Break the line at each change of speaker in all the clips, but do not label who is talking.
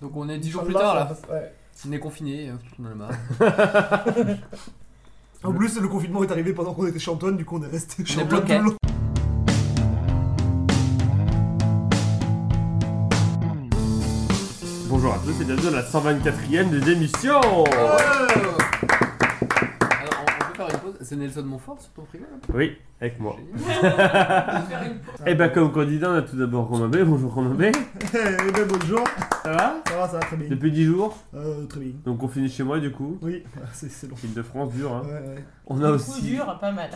Donc on est 10 jours plus tard
Inch'Allah, ça
là.
passe- ouais.
On est confiné, euh, on en a marre.
En plus, le confinement est arrivé pendant qu'on était chez Antoine, du coup on est resté chez
est
Antoine
bloqué.
tout le long.
Bonjour à tous et bienvenue dans la 124e des émissions
Alors on, on peut faire une pause. C'est Nelson Montfort sur ton frigo là
Oui, avec moi.
Génial.
Eh ben comme candidat, on a tout d'abord Romain B. Bonjour Romain B.
Eh ben, bonjour,
Ça va
ça va, ça va très bien.
Depuis 10 jours,
Euh, très bien.
donc on finit chez moi du coup.
Oui, ah, c'est c'est long.
Île de France dure hein.
Ouais, ouais.
On a
Coup
aussi
dur, pas mal.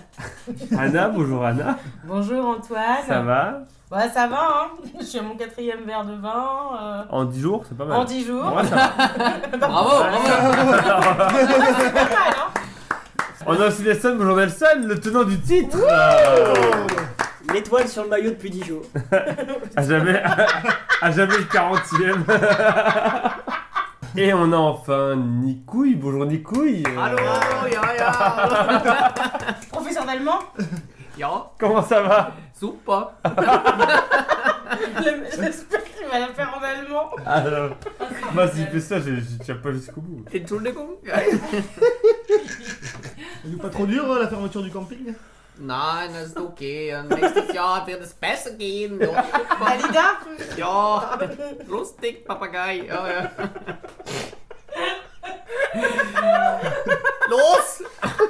Anna, bonjour Anna.
Bonjour Antoine.
Ça va
Ouais, ça va, hein Je suis à mon quatrième verre de vin. euh,
En 10 jours, c'est pas mal.
En 10 jours. Oh,
Ouais, ça va.
Bravo, bravo
Pas mal, hein
On a aussi Nelson, bonjour Nelson, le tenant du titre Euh,
L'étoile sur le maillot depuis 10 jours.
À jamais, à jamais le 40e Et on a enfin Nicouille, bonjour Nicouille
Allô, allô, ya ya
Professeur d'allemand
Ya,
Comment ça va
soupe pas
Le- J'espère qu'il va la faire en allemand.
Alors, Ah, moi si je fais ça, je, je tiens pas jusqu'au bout.
T'es toujours le con
Elle joue pas trop dur euh, la fermeture du camping
Nein, das ist okay. Und Nächstes Jahr wird es besser gehen. Ja,
Dalida
Ja, lustig, Papagei. Ja, ja. Los!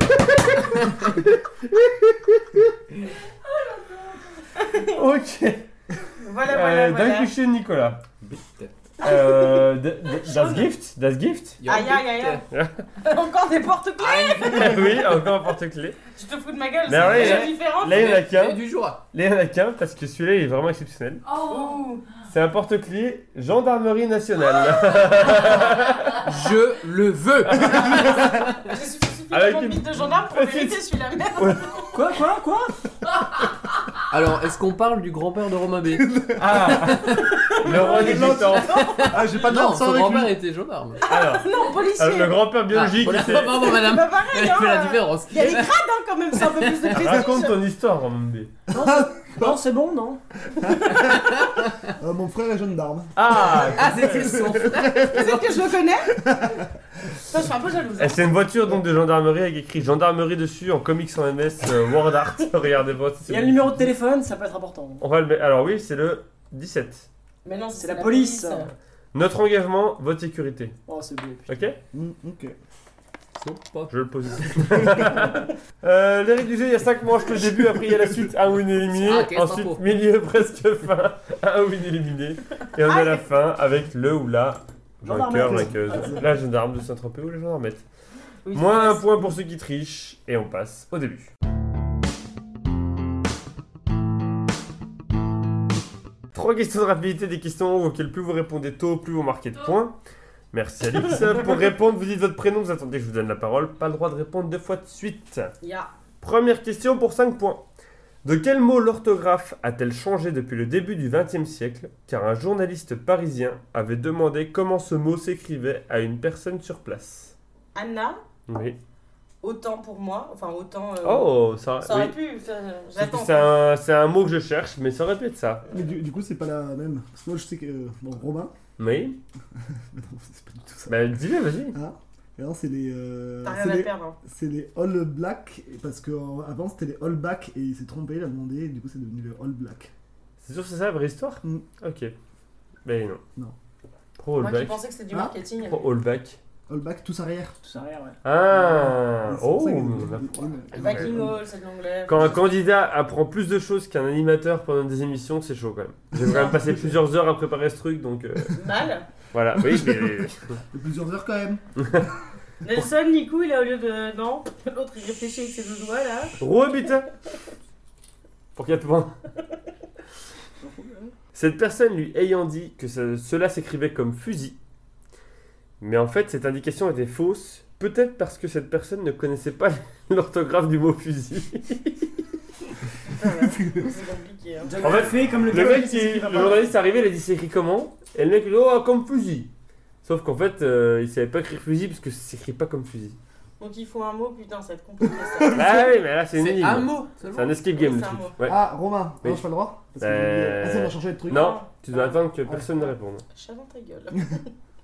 Ok.
Voilà, voilà,
euh,
voilà.
Danke schön, Nicolas.
Bitte.
Euh, d- d- das Gift, das Gift.
Ja,
Aïe, aïe, aïe, aïe. Encore des porte-clés
oui, encore un porte-clé.
Tu te fous de ma gueule,
Bah
c'est
oui,
déjà
hein.
différent.
Là il y en a
Et
qu'un.
du joie.
Là il y en a qu'un parce que celui-là il est vraiment exceptionnel.
Ouh.
C'est un porte-clé gendarmerie nationale.
Je le veux.
Je suis
Avec
suffisamment
une-
une... bite de gendarme pour
Petite-
vérifier celui-là. Merde.
Quoi, quoi, quoi Alors, est-ce qu'on parle du grand-père de Romain B
ah Le roi des
Non,
gitans.
Ah, j'ai pas de
Non,
lanceur
son
avec lui.
grand-père était gendarme.
Alors,
Non, policier.
euh, le grand-père biologique,
Ah,
c'est.
voilà. Bravo,
C'est
madame.
pas pareil,
Elle
hein.
fait la différence.
Il y a des grades, hein, quand même, c'est un peu plus de prestige.
Raconte ton histoire, Romain B.
Non, c'est bon, non
Euh, mon frère est gendarme.
Ah
Ah, c'était son frère.
Peut-être que je le connais. Ça, je suis un peu jalouse.
Et Eh, C'est une voiture donc de gendarmerie avec écrit gendarmerie dessus en comics en MS euh, Word Art. Regardez pas.
Il y a le numéro de téléphone, ça peut être important.
On va le mettre- Alors oui, c'est le 17.
Mais non,
C'est la police.
Notre engagement, votre sécurité.
Oh, c'est beau.
Ok
Mm, ok.
Son papa.
Je le pose ici. euh, les règles du jeu, il y a 5 manches le début, après il y a la suite, un win éliminé.
Ah, ok, c'est
Ensuite,
info.
milieu presque fin, un win éliminé. Et
Ah,
on a la fin avec le ou la vainqueur,
Gendarmette.
vainqueuse. La gendarme de Saint-Tropez ou la gendarmette.
Oui,
Moins un
c'est-
point pour ceux qui trichent, et on passe au début. Trois questions de rapidité, des questions auxquelles plus vous répondez tôt, plus vous marquez de points. Merci Alix. Pour répondre, vous dites votre prénom, vous attendez que je vous donne la parole. Pas le droit de répondre deux fois de suite.
Ya.
Première question pour 5 points. De quel mot l'orthographe a-t-elle changé depuis le début du XXe siècle Car un journaliste parisien avait demandé comment ce mot s'écrivait à une personne sur place.
Anna,
Oui.
autant pour moi. Enfin, autant. euh,
Oh, ça,
Ça aurait
oui.
pu. ça-
C'est
J'attends.
c'est un, c'est un mot que je cherche, mais ça aurait pu être ça.
Mais du, du coup, c'est pas la même. Parce que moi, je sais que. euh, bon, Romain.
Oui
Mais non, c'est pas du tout ça.
Bah, dis-le, vas-y.
Ah. Et non, c'est les. euh,
T'as
c'est
rien à
les-
perdre. hein.
C'est les All Black, et parce qu'avant c'était les All Back et il s'est trompé, il a demandé, et du coup c'est devenu les All Black.
C'est sûr que c'est ça la vraie histoire
Mm.
Ok. Mais non.
Non.
Pro
Moi qui
all-back.
pensais que c'était du
Ah.
marketing.
Pro all-back.
All Back, tous arrière.
Tout ça rien, ouais.
Ah
Et c'est pour
Oh
ça que-
Le
euh,
Back
Backing all, c'est de l'anglais.
Quand un candidat apprend plus de choses qu'un animateur pendant des émissions, c'est chaud quand même. J'ai quand même passé plusieurs heures à préparer ce truc, donc euh,
Mal.
voilà. Oui, mais...
Et plusieurs heures quand même.
Nelson, Nico, il a au lieu de. Non. L'autre, il réfléchit avec ses deux doigts là.
Roue, putain Pour 4 points. Cette personne lui ayant dit que ce- cela s'écrivait comme fusil, mais en fait cette indication était fausse, peut-être parce que cette personne ne connaissait pas l'orthographe du mot fusil.
C'est compliqué. Hein.
En fait,
fait, comme le,
Le
gars
mec,
qui
qui,
s'est écrit
le
par
journaliste est arrivé, il a dit c'est écrit comment Et le mec il dit oh comme fusil. Sauf qu'en fait euh, il savait pas écrire fusil parce que ça s'écrit pas comme fusil.
Donc il faut un mot, putain, ça va être compliqué ça.
Ah oui, mais là, c'est une
C'est un
énigme.
mot
C'est un escape game, le truc. Ouais.
Ah, Romain,
Oui.
non, j'ai pas le droit Parce que
Euh,
Ah, si, on a changé le truc.
Non, tu dois attendre que personne ne réponde.
Chat dans ta gueule.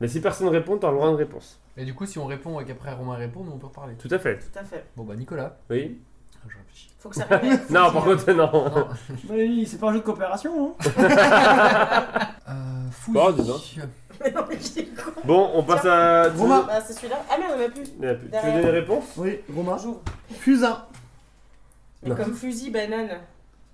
Mais si personne ne répond, t'as le droit à une réponse.
Et du coup, si on répond et qu'après Romain répond, nous on peut reparler.
Tout à fait.
Tout à fait.
Bon bah Nicolas.
Oui.
Ah, Je réfléchis.
Faut que ça revienne. Faut
Non,
que
par
ça-
contre, non.
Non.
Oui, c'est pas un jeu de coopération, hein.
Euh, fouille.
Bon, dis donc.
Mais non, mais je dis quoi
Bon, on passe à. Tu veux-
Romain.
Bah, c'est celui-là. Ah merde, on a plus.
Tu veux donner une réponse
Oui, Romain.
Bonjour.
Fusain.
Mais
Non.
comme fusil, banane.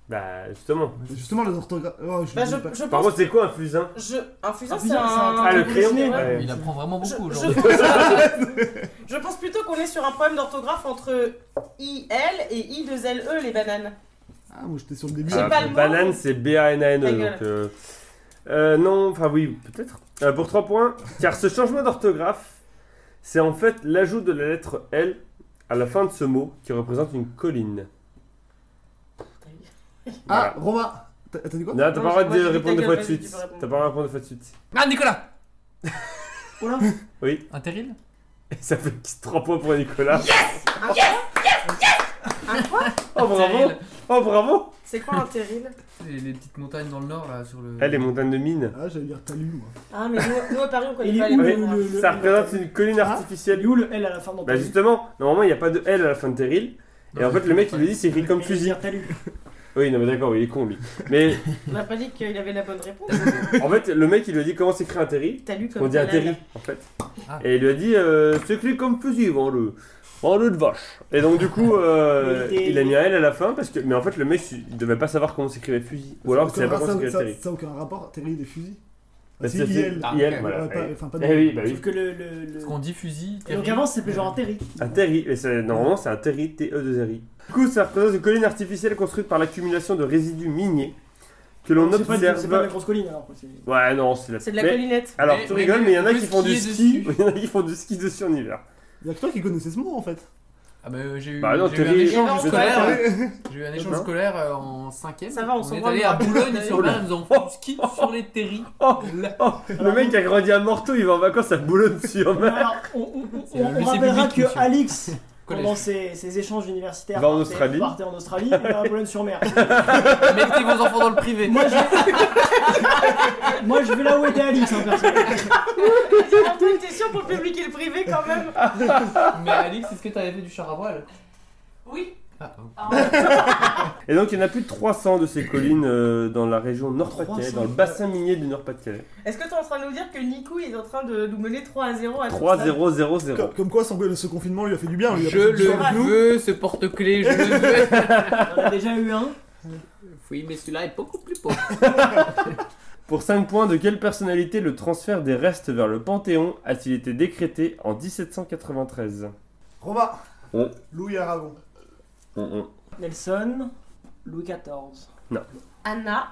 Bah, justement.
Justement, les orthographes. Oh, je
Bah,
le
je,
dis pas.
je
Par
pense.
contre, c'est quoi un fusain
Je... Un fusil,
Un
c'est
fusil,
un.
c'est un
Ah, le
truc
crayon
dessiné,
Ouais.
Il apprend vraiment
Je,
beaucoup
je
aujourd'hui.
pense- je pense plutôt qu'on est sur un problème d'orthographe entre I-L et I-2-L-E, E, les bananes.
Ah, moi j'étais sur le début.
J'ai
Ah,
pas le mot.
Banane, c'est
Ta
B-A-N-A-N-E.
gueule.
Donc, euh, euh, non, enfin oui, peut-être. Euh, pour 3 points, car ce changement d'orthographe, c'est en fait l'ajout de la lettre L à la fin de ce mot qui représente une colline.
Ah, Romain. T'as t'as dit quoi
Non, t'as pas
Non,
le droit
moi,
de
j'ai dit
répondre
ta
deux fois de
gueule, vas-y,
suite.
tu peux répondre.
T'as pas le droit de répondre deux fois de suite.
Ah Nicolas
Oula.
Oui.
Un terril
Et ça fait 3 points pour Nicolas.
Un yes Un quoi
Oh bravo
Terril.
Oh bravo
C'est quoi un terril
les, les petites montagnes dans le nord là sur le.
Elle les montagnes de mine.
Ah, j'allais dire Talu, moi.
Ah, mais nous, nous à Paris, on connaît
Il
pas
est
les
où
Oui.
mots.
le- le-
Ça représente une colline
Ah.
Il y
artificielle.
a où le L à la fin dans
Bah justement, normalement il n'y a pas de L à la fin de Terril. Et en fait le mec il lui dit c'est écrit comme fusil. Oui non mais d'accord il est con lui. Mais
On n'a pas dit qu'il avait la bonne réponse.
en fait le mec il lui a dit comment s'écrit un Terril.
T'as lu comme
On dit un
banane.
Terril en fait.
Ah.
Et il lui a dit euh, c'est écrit comme fusil en le en le de vache. Et donc du coup euh,
Mais il est-
il a mis un L à la fin parce que mais en fait le mec il devait pas savoir comment s'écrivait fusil. Ou alors il
ça,
savait pas comment
ça,
s'écrivait
ça,
Terril.
ça a aucun rapport, Terry des fusils.
Parce
si,
que Bah, c'est-
IL.
Ah,
IL,
ok.
voilà.
Ouais, pas- enfin, pas
Eh
de-
oui bah oui.
Sauf que le. le- le-
Parce qu'on dit fusil.
Et Donc
terril.
avant, c'était péjoratif.
Un terri, et c'est- normalement c'est un terri, T-E-2-R-I. Du coup, ça représente une colline artificielle construite par l'accumulation de résidus miniers que l'on
C'est pas, c'est pas la
observe.
grosse colline alors. quoi, c'est-
Ouais, non, c'est la.
C'est de la
mais-
collinette.
Alors,
Mais-
tu
mais-
rigoles,
mais
mais il y en a
on peut
qui font du
skier
ski.
dessus.
Il y en a qui font du ski dessus en hiver.
Y'a que toi qui connaissais ce mot en fait.
Ah bah euh, j'ai eu,
Bah non,
j'ai eu un
terril.
échange
Il y avait
scolaire.
encore-
euh, J'ai eu un échange
Non.
scolaire euh, en 5ème.
Ça va, on
on
s'en
est
branle
allé à
pas.
Boulogne sur
Oula.
mer, ils ont fait du ski sur les terrils.
Oh,
Là.
oh, le
Alors,
mec a grandi à Morteau, il va en vacances à Boulogne-sur-Mer.
Alors, Ah, on, on- on-
C'est le
on
lycée
rappellera
public,
que
monsieur.
Alix,
Collège.
pendant ses, ses échanges universitaires,
Va en
partait-
Australie.
partait en Australie et va à Boulogne-sur-Mer.
Mettez vos enfants dans le privé.
Moi je... Moi je vais là où était Alix en perso.
C'est une question pour le public et le privé quand même.
Mais Alix, est-ce que t'avais fait du char à voile
Oui.
Ah, oh.
Ah,
Et donc, il y en a plus de 300 de ces collines euh, dans la région Nord-Pas-de-Calais,
300,
dans le bassin minier du Nord-Pas-de-Calais.
Ah,
Est-ce que t'es en train de nous dire que Nico il est en train de nous mener 3 à 0 à tout ça
3-0-0-0.
Comme, comme quoi, son- ce confinement lui a fait du bien. Lui, a
Je
passé du
le
temps avec nous.
veux, ce porte-clés, je le veux.
On a déjà eu un.
Oui, mais celui-là est beaucoup plus pauvre.
Pour 5 points, de quelle personnalité le transfert des restes vers le Panthéon a-t-il été décrété en 1793
Romain.
Oh.
Louis Aragon.
Nelson, Louis XIV.
Anna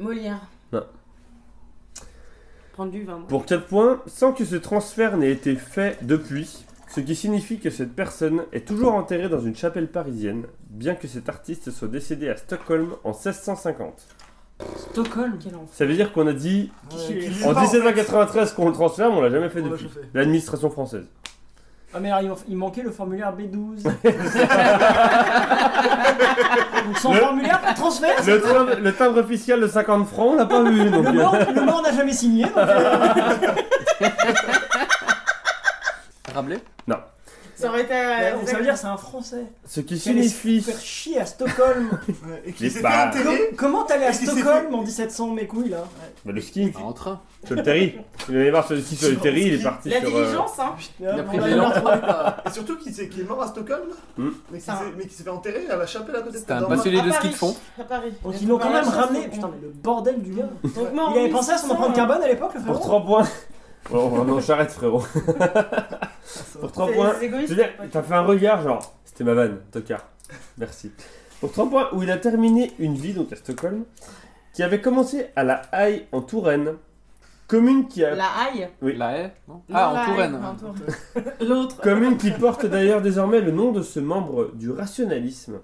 Molière.
Non.
Prendre du vin. moi.
Pour 4 points, sans que ce transfert n'ait été fait depuis, ce qui signifie que cette personne est toujours enterrée dans une chapelle parisienne, bien que cet artiste soit décédé à Stockholm en 1650.
Stockholm.
Quel enfant.
Ça veut dire qu'on a dit
Qui-
qui-
qui-
en
C'est pas,
1793 qu'on le transfère, mais on l'a jamais fait
On l'a
depuis.
jamais fait.
L'administration française.
Ah mais alors il, il manquait le formulaire B12. Donc sans
Le-
formulaire, pas de
Ah,
transfert.
Le timbre, le timbre officiel de 50 francs, on l'a pas vu. donc,
Le
euh,
mort, le mort n'a jamais signé. donc, euh,
Rabelais
Ça aurait été. euh,
donc ça veut dire c'est un Français.
ce qui
Tu allais
signifie...
faire chier à Stockholm.
Ouais, Et
Mais
qui s'est fait
pas-
enterrer.
Com- comment t'allais à
Est-ce que c'est
Stockholm en 1700 mes couilles là
Bah, le ski.
Ah, En train.
Sur le Terry. Il en avait marre sur le ski sur le Terry, il est parti
La
sur. euh,
diligence, hein.
Il Ah, a
On
pris
en
de
a
l'élan.
marre.
euh,
Et surtout qui s'est- qui est mort à Stockholm
Hmm.
mais, qui
Ça.
s'est- mais qui s'est fait enterrer à la chapelle à côté de
C'était un
Stockholm.
passionné
À
de ski
Paris.
de fond.
À Paris.
Donc Oh, ils l'ont quand même
Voilà,
ramené.
ça, hein.
Putain mais le bordel du gars.
c'est- Donc, moi, en euh,
Il avait pensé à son
1600,
empreinte carbone à l'époque le
Pour
frérot
3 points. Bon, bon, Oh, non, j'arrête, frérot. Pour 3
c'est-
points.
c'est
Je
égoïste,
veux dire,
en fait.
t'as fait un regard, genre. C'était ma vanne, tocard. Merci. Pour 3 points, où il a terminé une vie, donc à Stockholm, qui avait commencé à la Haye en Touraine. Commune qui, a-
La haille.
Oui.
La haie non
Non,
Ah,
la
en
haille,
Touraine.
en Touraine. L'autre.
commune qui porte d'ailleurs désormais le nom de ce membre du rationalisme,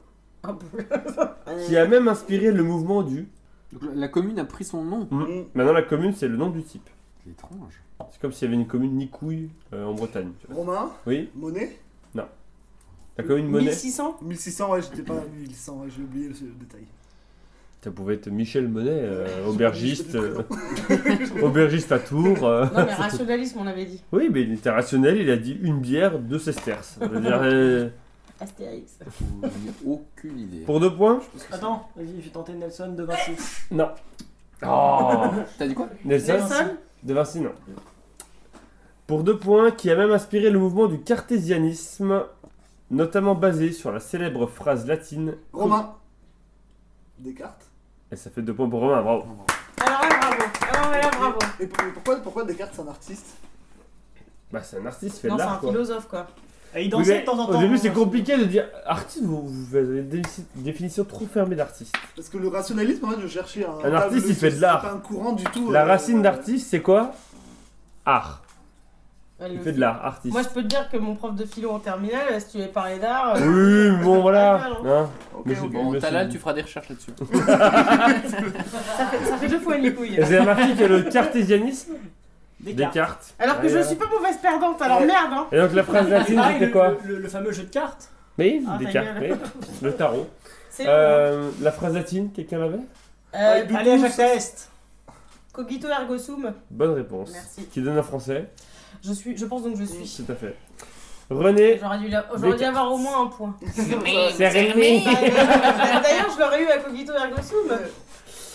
qui a même inspiré le mouvement du.
Donc, la- la commune a pris son nom.
Hmm.
Maintenant, la commune, c'est le nom du type.
C'est étrange.
C'est comme s'il y avait une commune Nicouille euh, en Bretagne. tu vois.
Romain,
Oui
Monet,
T'as quand même une monnaie
1600
1600, ouais, j'étais pas à 1100, ouais, j'ai oublié le, le détail.
Ça pouvait être Michel Monet, euh, aubergiste, euh, aubergiste à Tours. euh.
Non, mais rationalisme, on avait dit.
Oui, mais il était rationnel, il a dit une bière, deux sesterces. Ça veut dire, euh,
Astérix.
J'en ai aucune idée.
pour deux points
Attends, vas-y, j'ai tenté Nelson de 26.
Non. Oh
T'as dit quoi
Nelson,
Nelson
De Vinci, non. Pour deux points, qui a même inspiré le mouvement du cartésianisme, notamment basé sur la célèbre phrase latine.
Romain Descartes
Et ça fait deux points pour Romain, bravo.
Ah, Alors là, bravo. Alors là, bravo.
Et pour- pourquoi, pourquoi Descartes c'est un artiste
Bah, c'est un artiste, fait de
Non, c'est un
l'art, quoi.
philosophe, quoi.
Et il
Oui,
dansait
mais
de temps en temps.
Au début, c'est compliqué de dire artiste, vous, vous avez des définitions trop fermées d'artiste.
Parce que le rationalisme, moi je cherchais un.
Un artiste, il fait de l'art.
C'est pas un courant du tout.
La
euh,
racine
euh,
d'artiste, c'est quoi Art.
Ouais,
Il
le-
fait de l'art, artiste.
Euh, Moi, je peux te dire que mon prof de philo en terminale, si tu lui parlais d'art, euh,
Oui, mais bon, voilà.
Ah,
Hein
ok,
Mais c'est
ok.
bon.
Bon,
Monsieur
Talal,
Lee.
tu feras des recherches là-dessus.
ça, fait, ça fait deux fois une couille.
Vous avez remarqué qu'il y a le cartésianisme
Descartes.
Descartes.
Alors que je suis pas mauvaise perdante, alors
Ouais.
merde, hein.
Et donc la phrase latine,
Ah, et
c'était
le-
quoi
le, le fameux jeu de cartes.
Mais
Ah, ta
Descartes,
gueule.
oui. le tarot.
C'est euh...
Euh, la phrase latine, quelqu'un l'avait
Ah, du
Allez, à
coup,
Jacques Test.
Cogito ergo sum.
Bonne réponse.
Merci.
Qui donne un français
Je suis, je pense donc je suis.
Tout à fait. René,
J'aurais dû, la- j'aurais dû
Descartes.
avoir au moins un point.
Euh,
c'est Rémi.
Bah, D'ailleurs, je l'aurais eu à Cogito ergo sum.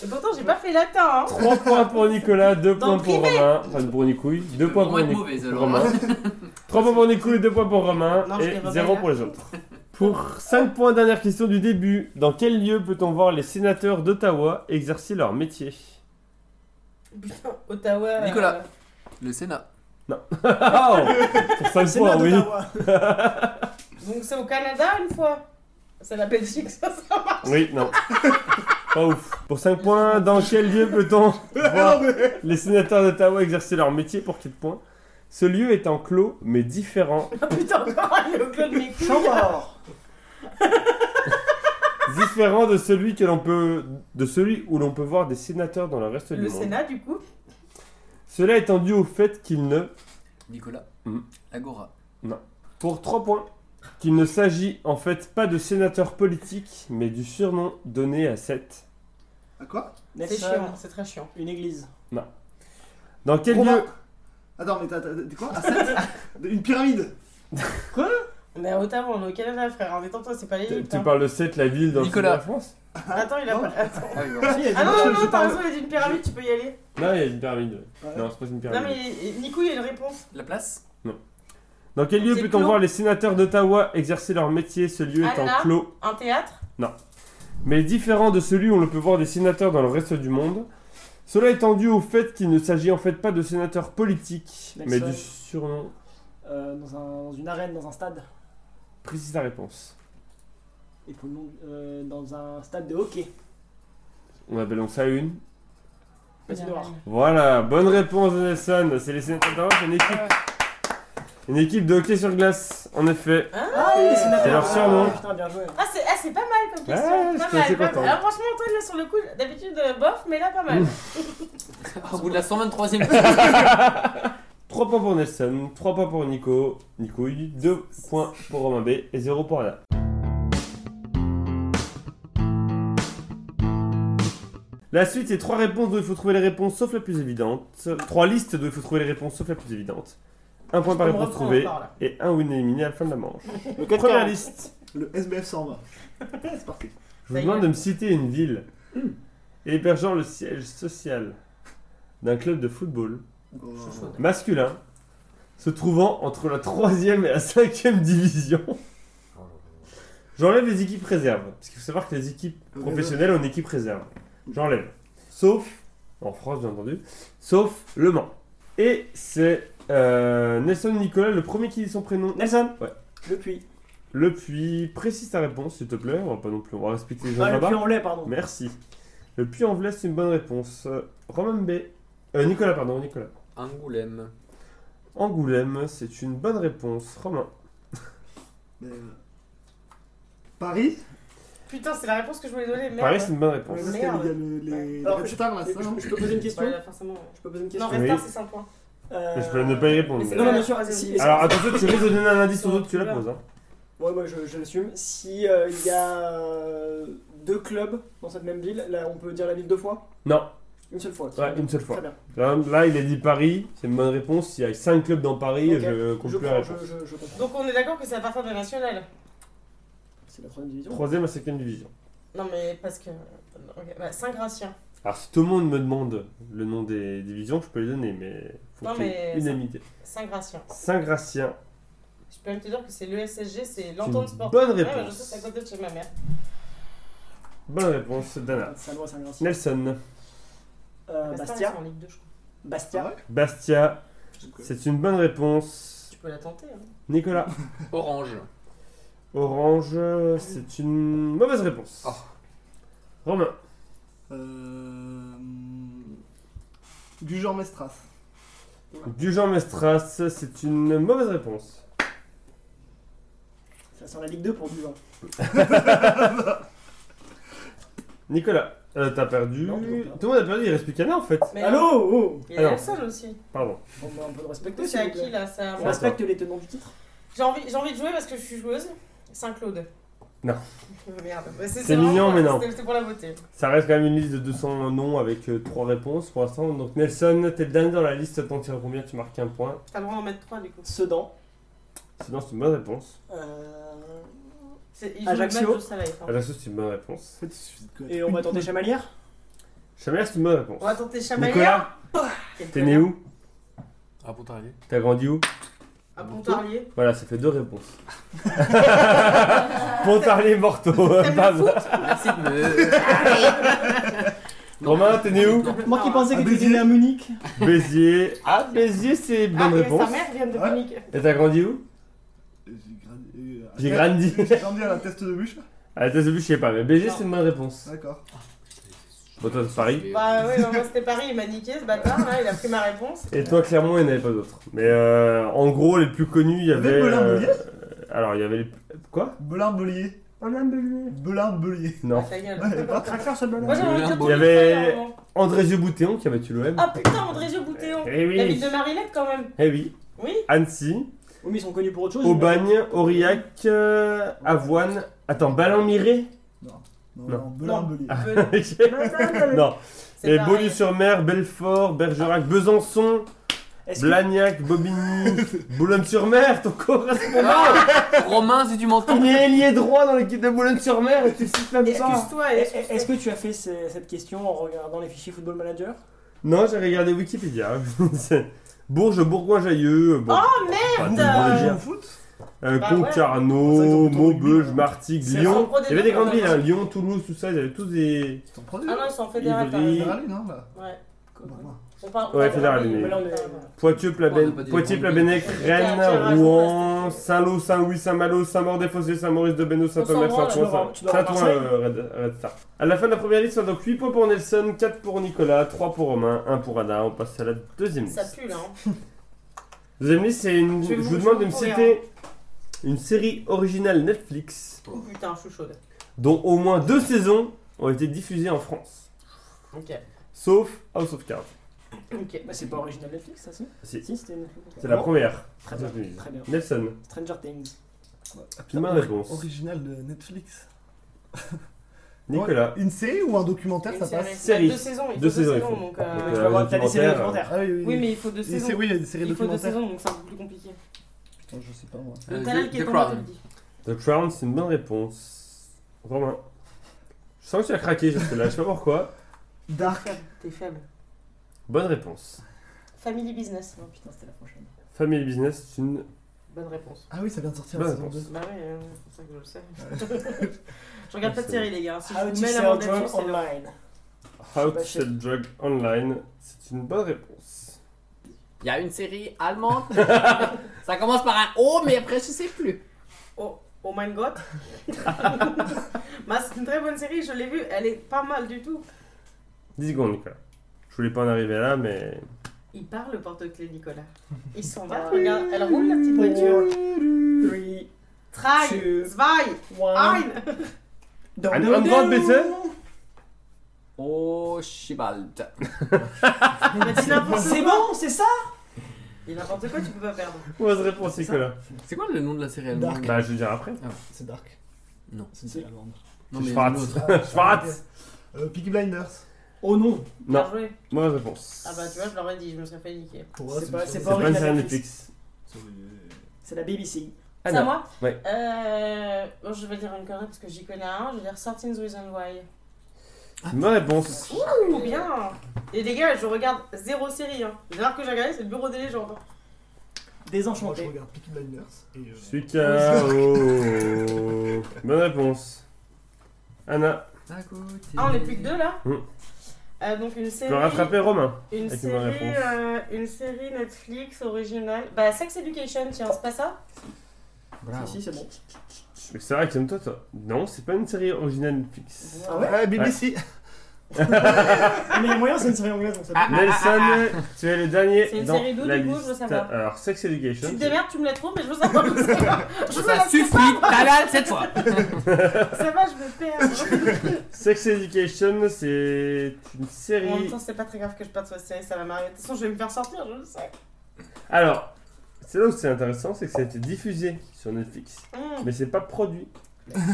Et pourtant, j'ai pas fait latin, hein.
3 points pour Nicolas, 2
Dans
points
le
pour Romain, enfin pour Nicouille, 2 points pour
Pour être
Nic-
mauvaise
pour
alors.
Romain. 3 points pour Nicouille, 2 points pour Romain
Non, je
et
t'ai remis,
0
là.
pour les autres. Pour 5 points, dernière question du début. Dans quel lieu peut-on voir les sénateurs d'Ottawa exercer leur métier
Putain, Ottawa.
Nicolas.
euh,
Le Sénat.
Oh Pour 5
C'est là
points, oui.
d'Ottawa.
donc c'est au Canada une fois. C'est la Belgique, ça. ça.
Oui, non. Pas ouf. Pour 5 points, dans quel lieu peut-on voir les sénateurs d'Ottawa exercer leur métier pour 4 points Ce lieu est enclos mais différent.
Ah, Putain, encore un le clone de mes couilles.
Chambord.
différent de celui que l'on peut. de celui où l'on peut voir des sénateurs dans le reste du
Le
monde.
Sénat, du coup.
Cela étant dû au fait qu'il ne.
Nicolas.
Mhm.
Agora.
Pour 3 points. Qu'il ne s'agit en fait pas de sénateur politique, mais du surnom donné à cette.
À quoi
C'est
Nelson.
chiant, c'est très chiant.
Une église.
Dans quel
Romain.
lieu
Attends, mais t'as t'as- t'as quoi À 7 Une pyramide
On est à Ottawa, on est au Canada, frère. On est toi, c'est pas
Tu-
l'Égypte.
Tu
hein.
parles de Sète, la ville dans le sud de
Nicolas.
la France
Attends, il a
Non.
pas. Attends.
Ah oui, voilà.
Ah non, non, non, t'as raison, il y a une pyramide, tu peux y aller.
Non, il y a une pyramide. ouais.
Ouais.
Non, c'est pas une pyramide.
Non, mais Nico, il y a une réponse.
La place.
Dans quel lieu
C'est
peut-on
clos. Ah
voir les sénateurs d'Ottawa exercer leur métier Ce lieu étant
Anna.
clos,
Un théâtre
mais différent de celui où on le peut voir des sénateurs dans le reste du monde. Cela étant dû au fait qu'il ne s'agit en fait pas de sénateurs politiques,
Nelson.
mais du surnom.
Euh, dans, un- dans une arène, dans un stade.
Précise ta réponse.
Il faut le nom. euh, dans un stade de hockey.
On appelle donc ça une.
Hein
Patinoire.
Voilà, bonne réponse de Nelson. C'est les sénateurs d'Ottawa, c'est une équipe. Une équipe de hockey sur glace, en effet.
Ah, oui, c'est
C'est leur hein. surnom.
Putain, bien joué.
Ah, c'est ah, c'est pas mal comme question.
Ouais,
pas
j'étais
mal,
assez
pas mal.
content.
Alors, franchement, Antoine, là, sur le coup, d'habitude, euh, bof, mais là, pas mal.
Au bout de la 123ème.
3 points pour Nelson, 3 points pour Nico, Nicouille, 2 points pour Romain B et 0 pour Anna. La suite, c'est 3 réponses dont il faut trouver les réponses sauf la plus évidente. 3 listes dont il faut trouver les réponses sauf la plus évidente. Un point par
On me
réponse
reprend,
trouvée
on part, là.
et un win éliminé à la fin de la manche.
Le
Première liste.
Le SBF 120. C'est parti.
Je vous
Ça y
demande
est. Hmm.
de me citer une ville hébergeant le siège social d'un club de football
Oh.
masculin se trouvant entre la 3ème et la 5ème division. J'enlève les équipes réserves, parce qu'il faut savoir que les
Ah
équipes professionnelles ont une équipe réserve. J'enlève. Sauf, en France bien entendu, sauf Le Mans. Et c'est euh, Nelson Nicolas, le premier qui dit son prénom.
Nelson.
Ouais.
Le puits.
Le puis, précise ta réponse s'il te plaît, on va pas non plus, on va respecter les gens
Ah, le
là-bas.
puits en lait, pardon.
Merci. Le puits en velay c'est une bonne réponse. Euh, Romain B. Euh, Nicolas, pardon, Nicolas.
Angoulême.
Angoulême, c'est une bonne réponse. Romain.
Mais, euh, Paris
Putain, c'est la réponse que je voulais donner. Merde.
Paris, c'est une bonne réponse.
Parce qu'il y a
merde.
le- les- les
Alors,
Red Stars, là,
Je
c'est ça, non
je peux poser une question
Bah, là, forcément.
Je peux poser une
Non,
question
Oui.
Restart, c'est 5 points.
Euh,
Je peux ne pas y répondre.
c'est
Non,
pas
non,
la
bien sûr,
troisième
si-
question.
Alors attention, tu risques de donner un indice aux autres, tu la poses. Hein.
Ouais, moi je, je l'assume. Si euh, il y a euh, deux clubs dans cette même ville, là on peut dire la ville deux fois
Non,
Une seule fois.
ouais, une seule fois.
Très bien.
Là, là, il a dit Paris, c'est une bonne réponse. S'il y a 5 clubs dans Paris,
Ok.
je compte
Je,
plus la
prends, je,
réponse.
je- je comprends.
Donc on est d'accord que c'est à partir de national.
C'est la troisième division.
Troisième à cinquième division.
Non mais parce que. ok, Bah, Saint-Gratien.
Alors si tout le monde me demande le nom des divisions, je peux les donner, mais faut
Non,
qu'il y ait
mais
unanimité.
Saint-Gratien.
Saint-Gratien,
Je peux même te dire que c'est l'ESSG, c'est
c'est
l'entente
une
sport.
bonne
Ouais, ouais, je sais, c'est à
réponse.
côté de chez ma mère.
Bonne réponse, Dana.
C'est à loi Saint-Gratien.
Nelson,
Euh,
Bastia.
Bastia.
Bah, c'est en Ligue 2, je crois.
Ah
Bastia.
Bastia,
Ok.
c'est une bonne réponse.
Tu peux la tenter. Hein.
Nicolas,
Orange.
Orange, c'est une mauvaise réponse.
Oh.
Romain,
Euh, Du genre Mestras.
Dujan Mestras, c'est une mauvaise réponse.
Ça sent la Ligue 2 pour du vin.
Nicolas, euh, t'as perdu.
Non, toujours pas.
tout le monde a perdu, il reste plus qu'un en fait.
Mais
Allô oh
Il y
Alors.
a Nelson aussi.
Pardon.
On va un peu de respect.
Du coup, c'est à qui là c'est à
On
moi.
respecte les tenants du titre.
J'ai envie, j'ai envie de jouer parce que je suis joueuse. Saint-Claude.
Non.
Merde. Bah,
C'est mignon,
vraiment-
mais non.
c'était- C'était pour la beauté.
Ça reste quand même une liste de 200 noms avec 3 réponses pour l'instant. Donc Nelson, t'es le dernier dans la liste, t'en tires combien Tu marques un point.
T'as le droit d'en mettre 3 du coup.
Sedan.
Sinon, c'est une bonne réponse.
Euh,
C'est, il
Ajaccio.
joue le match au soleil, hein.
Ajaccio, c'est une bonne réponse.
En fait, il suffit de connaître
Et on va
une-
tenter Chamalière.
Chamel, c'est une bonne réponse.
On va tenter Chamalière.
Nicolas, t'es né où
Ah, pour t'arriver.
T'as grandi où
À Pontarlier.
Voilà, ça fait deux réponses. Pontarlier, Morteau. Bam.
Merci de me.
Romain, t'es né où
Moi qui pensais
Ah,
que tu
Béziers.
étais né à Munich.
Béziers. Ah, Béziers, c'est une bonne
ah, et
réponse.
Sa mère vient de
Ouais.
Munich.
Et t'as grandi où
J'ai grandi. euh, à
J'ai
Test-
grandi.
J'ai grandi à la test de bûche.
À la tête de vue, Ah, je sais pas, mais Béziers, c'est une bonne réponse.
D'accord.
Bon, toi, c'est Paris.
Ah,
Bah ouais, non, moi c'était Paris, il m'a niqué ce bâtard, là, il a pris ma réponse.
Et toi, clairement, il n'y en avait pas d'autres. Mais euh, en gros, les plus connus, il y
Même
avait.
Belin
euh,
Bellier
alors, il y avait les. Quoi
Belin-Bellier. Belin-Bellier.
Non.
Ah, Ta gueule.
Ouais, pas
Craqueur sur le
Moi
ballon.
j'avais envie de
Il
dire
y
Tony
avait-
Fry, à un moment.
André Boutéon qui a battu l'OM.
Ah putain, André Boutéon.
Eh
La ville
oui.
de Marinette quand même.
Eh oui.
Oui.
Annecy,
Oui, mais ils sont connus pour autre chose.
Aubagne, Aurillac, euh, Avoine. Attends, Balin-Miré
Non,
Non.
non, Belin-Bellier.
Ah, Non.
C'est
Et
pareil.
Beaulieu-sur-Mer, Belfort, Bergerac, Besançon,
Est-ce que-
Blagnac, Bobigny, Boulogne-sur-Mer, ton correspondant.
Romain, si tu m'entends.
Il est lié droit dans l'équipe de Boulogne-sur-mer et tu le cites même pas.
Excuse-toi.
est-
excuse-toi.
est- Est-ce que tu as fait ce- cette question en regardant les fichiers Football Manager
Non, j'ai regardé Wikipédia. C'est Bourges, Bourgoin-Jailleux. Bon.
Oh merde
Pas de
putain.
Vous
Bourgogne.
au foot
Euh,
Bah
ouais.
Concarneau, Maubeuge, Martigues,
C'est
Lyon.
en pro des
Il y avait des
deux,
grandes
quand
villes,
même.
hein. Lyon, Toulouse, tout ça. Ils avaient tous des.
Ils t'en prends deux.
Ah non, ils sont en fédéral. t'as
Ivry.
raison.
Fédéral, non, là.
Ouais.
Bon,
On parle-
Ouais,
on parle
fédéral,
de-
mais-
Mais là, on est-
Poitiers, Plaben-
Oh, pas des
Poitiers,
grandes
Plabenec,
villes.
Rennes,
Ouais,
Rouen,
ouais.
Saint-Lô, Saint-Louis, Saint-Malo, Saint-Maur-des-Fossés, Saint-Maurice-de-Benoît, Saint-Thomas,
s'en rend, là, tu
vas
Saint-Ouen,
voir, tu vas
Saint-Ouen,
voir
euh, Red, Red Star. À la fin de la première liste, donc 8 points pour Nelson, 4 pour Nicolas, 3 pour Romain, 1 pour Anna. On passe à la deuxième liste.
Ça pue là. hein.
Deuxième liste, c'est une.
Je
Je,
vais vous-
vous demande de me
je vais vous
citer une série originale Netflix
Oh putain, je suis chaude.
dont au moins deux saisons ont été diffusées en France,
Ok.
sauf House of Cards.
Ok.
Bah, C'est pas original Netflix, ça, si
Si.
Si, c'était une.
C'est la première.
Très bien, très bien.
Nelson,
Stranger Things.
Une
Ah,
bonne réponse.
bah, Original de Netflix.
Nicolas.
Ouais, Une série ou un documentaire,
Une
ça
série. Bah,
passe
Série.
Deux saisons. il faut
Deux
Deux
saisons, il
saisons.
faut.
Donc. euh,
Mais
Ouais,
tu vas voir, t'as des séries
documentaire.
documentaires.
Ah oui, oui.
Oui, mais il faut deux
Une sé-
saisons.
oui, il y a des séries
Il faut deux
documentaires.
saisons, donc c'est un peu plus compliqué.
Putain, je sais pas moi.
Euh,
Le talent
The-
qui est
The
tombé,
Crown.
te le dit.
The Crown, c'est une bonne réponse. Romain. Je sens que tu as craqué jusque-là, je sais pas pourquoi.
Dark.
T'es faible.
Bonne réponse.
Family business.
Oh, putain, c'était la prochaine.
Family Business, c'est une.
Bonne réponse.
Ah oui, ça vient de sortir
Bonne
la saison
réponse.
2.
Bah ouais, euh, c'est pour ça que je le sais. je regarde pas de série, les gars. Si je
How to
vous Ah, mets la
sell
mandature,
drugs
c'est là.
online.
How
Je sais
to
pas,
Sell Drug Online, c'est une bonne réponse.
Il y a une série allemande. ça commence par un O, mais après, je sais plus.
Oh, oh my god. Bah, c'est une très bonne série, je l'ai vue. Elle est pas mal du tout.
10 secondes, Nicolas. Je voulais pas en arriver là, mais.
Il parle le porte-clés, Nicolas. Il s'en va, regarde. Elle roule la petite voiture.
3,
Trail,
Two.
Zwei,
1.
Ein.
Ein Antwort bitte.
Oh, Schibald.
Il a dit n'importe
C'est
quoi.
bon, c'est ça
Et n'importe quoi, tu peux pas perdre.
Mauvaise réponse, Nicolas.
C'est quoi le nom de la série allemande
Dark.
Bah, je vais dire après.
C'est Dark.
Non.
C'est une série allemande.
Non, mais
Schwarz.
l'autre.
Schwarz.
Euh, Peaky Blinders.
Oh non
Bien
Non,
joué.
mauvaise réponse.
Ah bah, tu vois, je l'aurais dit, je me serais fait niquer.
Pour moi,
C'est
une
pas-
série
c'est
C'est
pas-
allemande.
pas une série Netflix.
C'est la BBC.
Ah
C'est à
non.
moi
Ouais.
Euh, bon, je vais dire une connerie parce que j'y connais un. Je vais dire 13 Reasons Why. Ah.
C'est une bonne réponse.
Ouh, bien Et les gars, je regarde zéro série. Hein. La dernière que j'ai regardée, c'est le Bureau des légendes. hein.
Moi, je
Oh,
Désenchanté.
regarde Peaky Blinders. Et, euh,
Je
Oh
suis KO. Bonne réponse. Anna,
À côté.
Ah, on est plus que deux là
Mm.
Euh, donc une
tu
série,
peux rattraper Romain. avec
une,
une bonne
série
réponse.
euh, une série Netflix originale. Bah Sex Education, tiens, c'est pas ça
Bravo.
Si, si, c'est bon.
Mais C'est vrai, calme-toi, toi. Non, c'est pas une série originale Netflix.
Ah ouais
Ouais, BBC.
Ah, Mais les moyens, c'est une série anglaise, donc ça
Ah,
peut.
Nelson, tu es le dernier.
C'est une
dans
série d'où,
la
du coup, je veux
liste.
savoir.
Alors, Sex
Tu
Education.
te démerdes, tu me la trouves, mais je veux savoir. je veux la
Ça suffit, Talal, cette fois.
Ça va, je me perds.
Sex Education, c'est une
en même
série.
temps, c'est pas très grave que je parte sur la série, ça va m'arriver. De toute façon, je vais me faire sortir, je le sais.
Alors, c'est là où c'est intéressant, c'est que ça a été diffusé sur Netflix,
Mm.
mais c'est pas produit.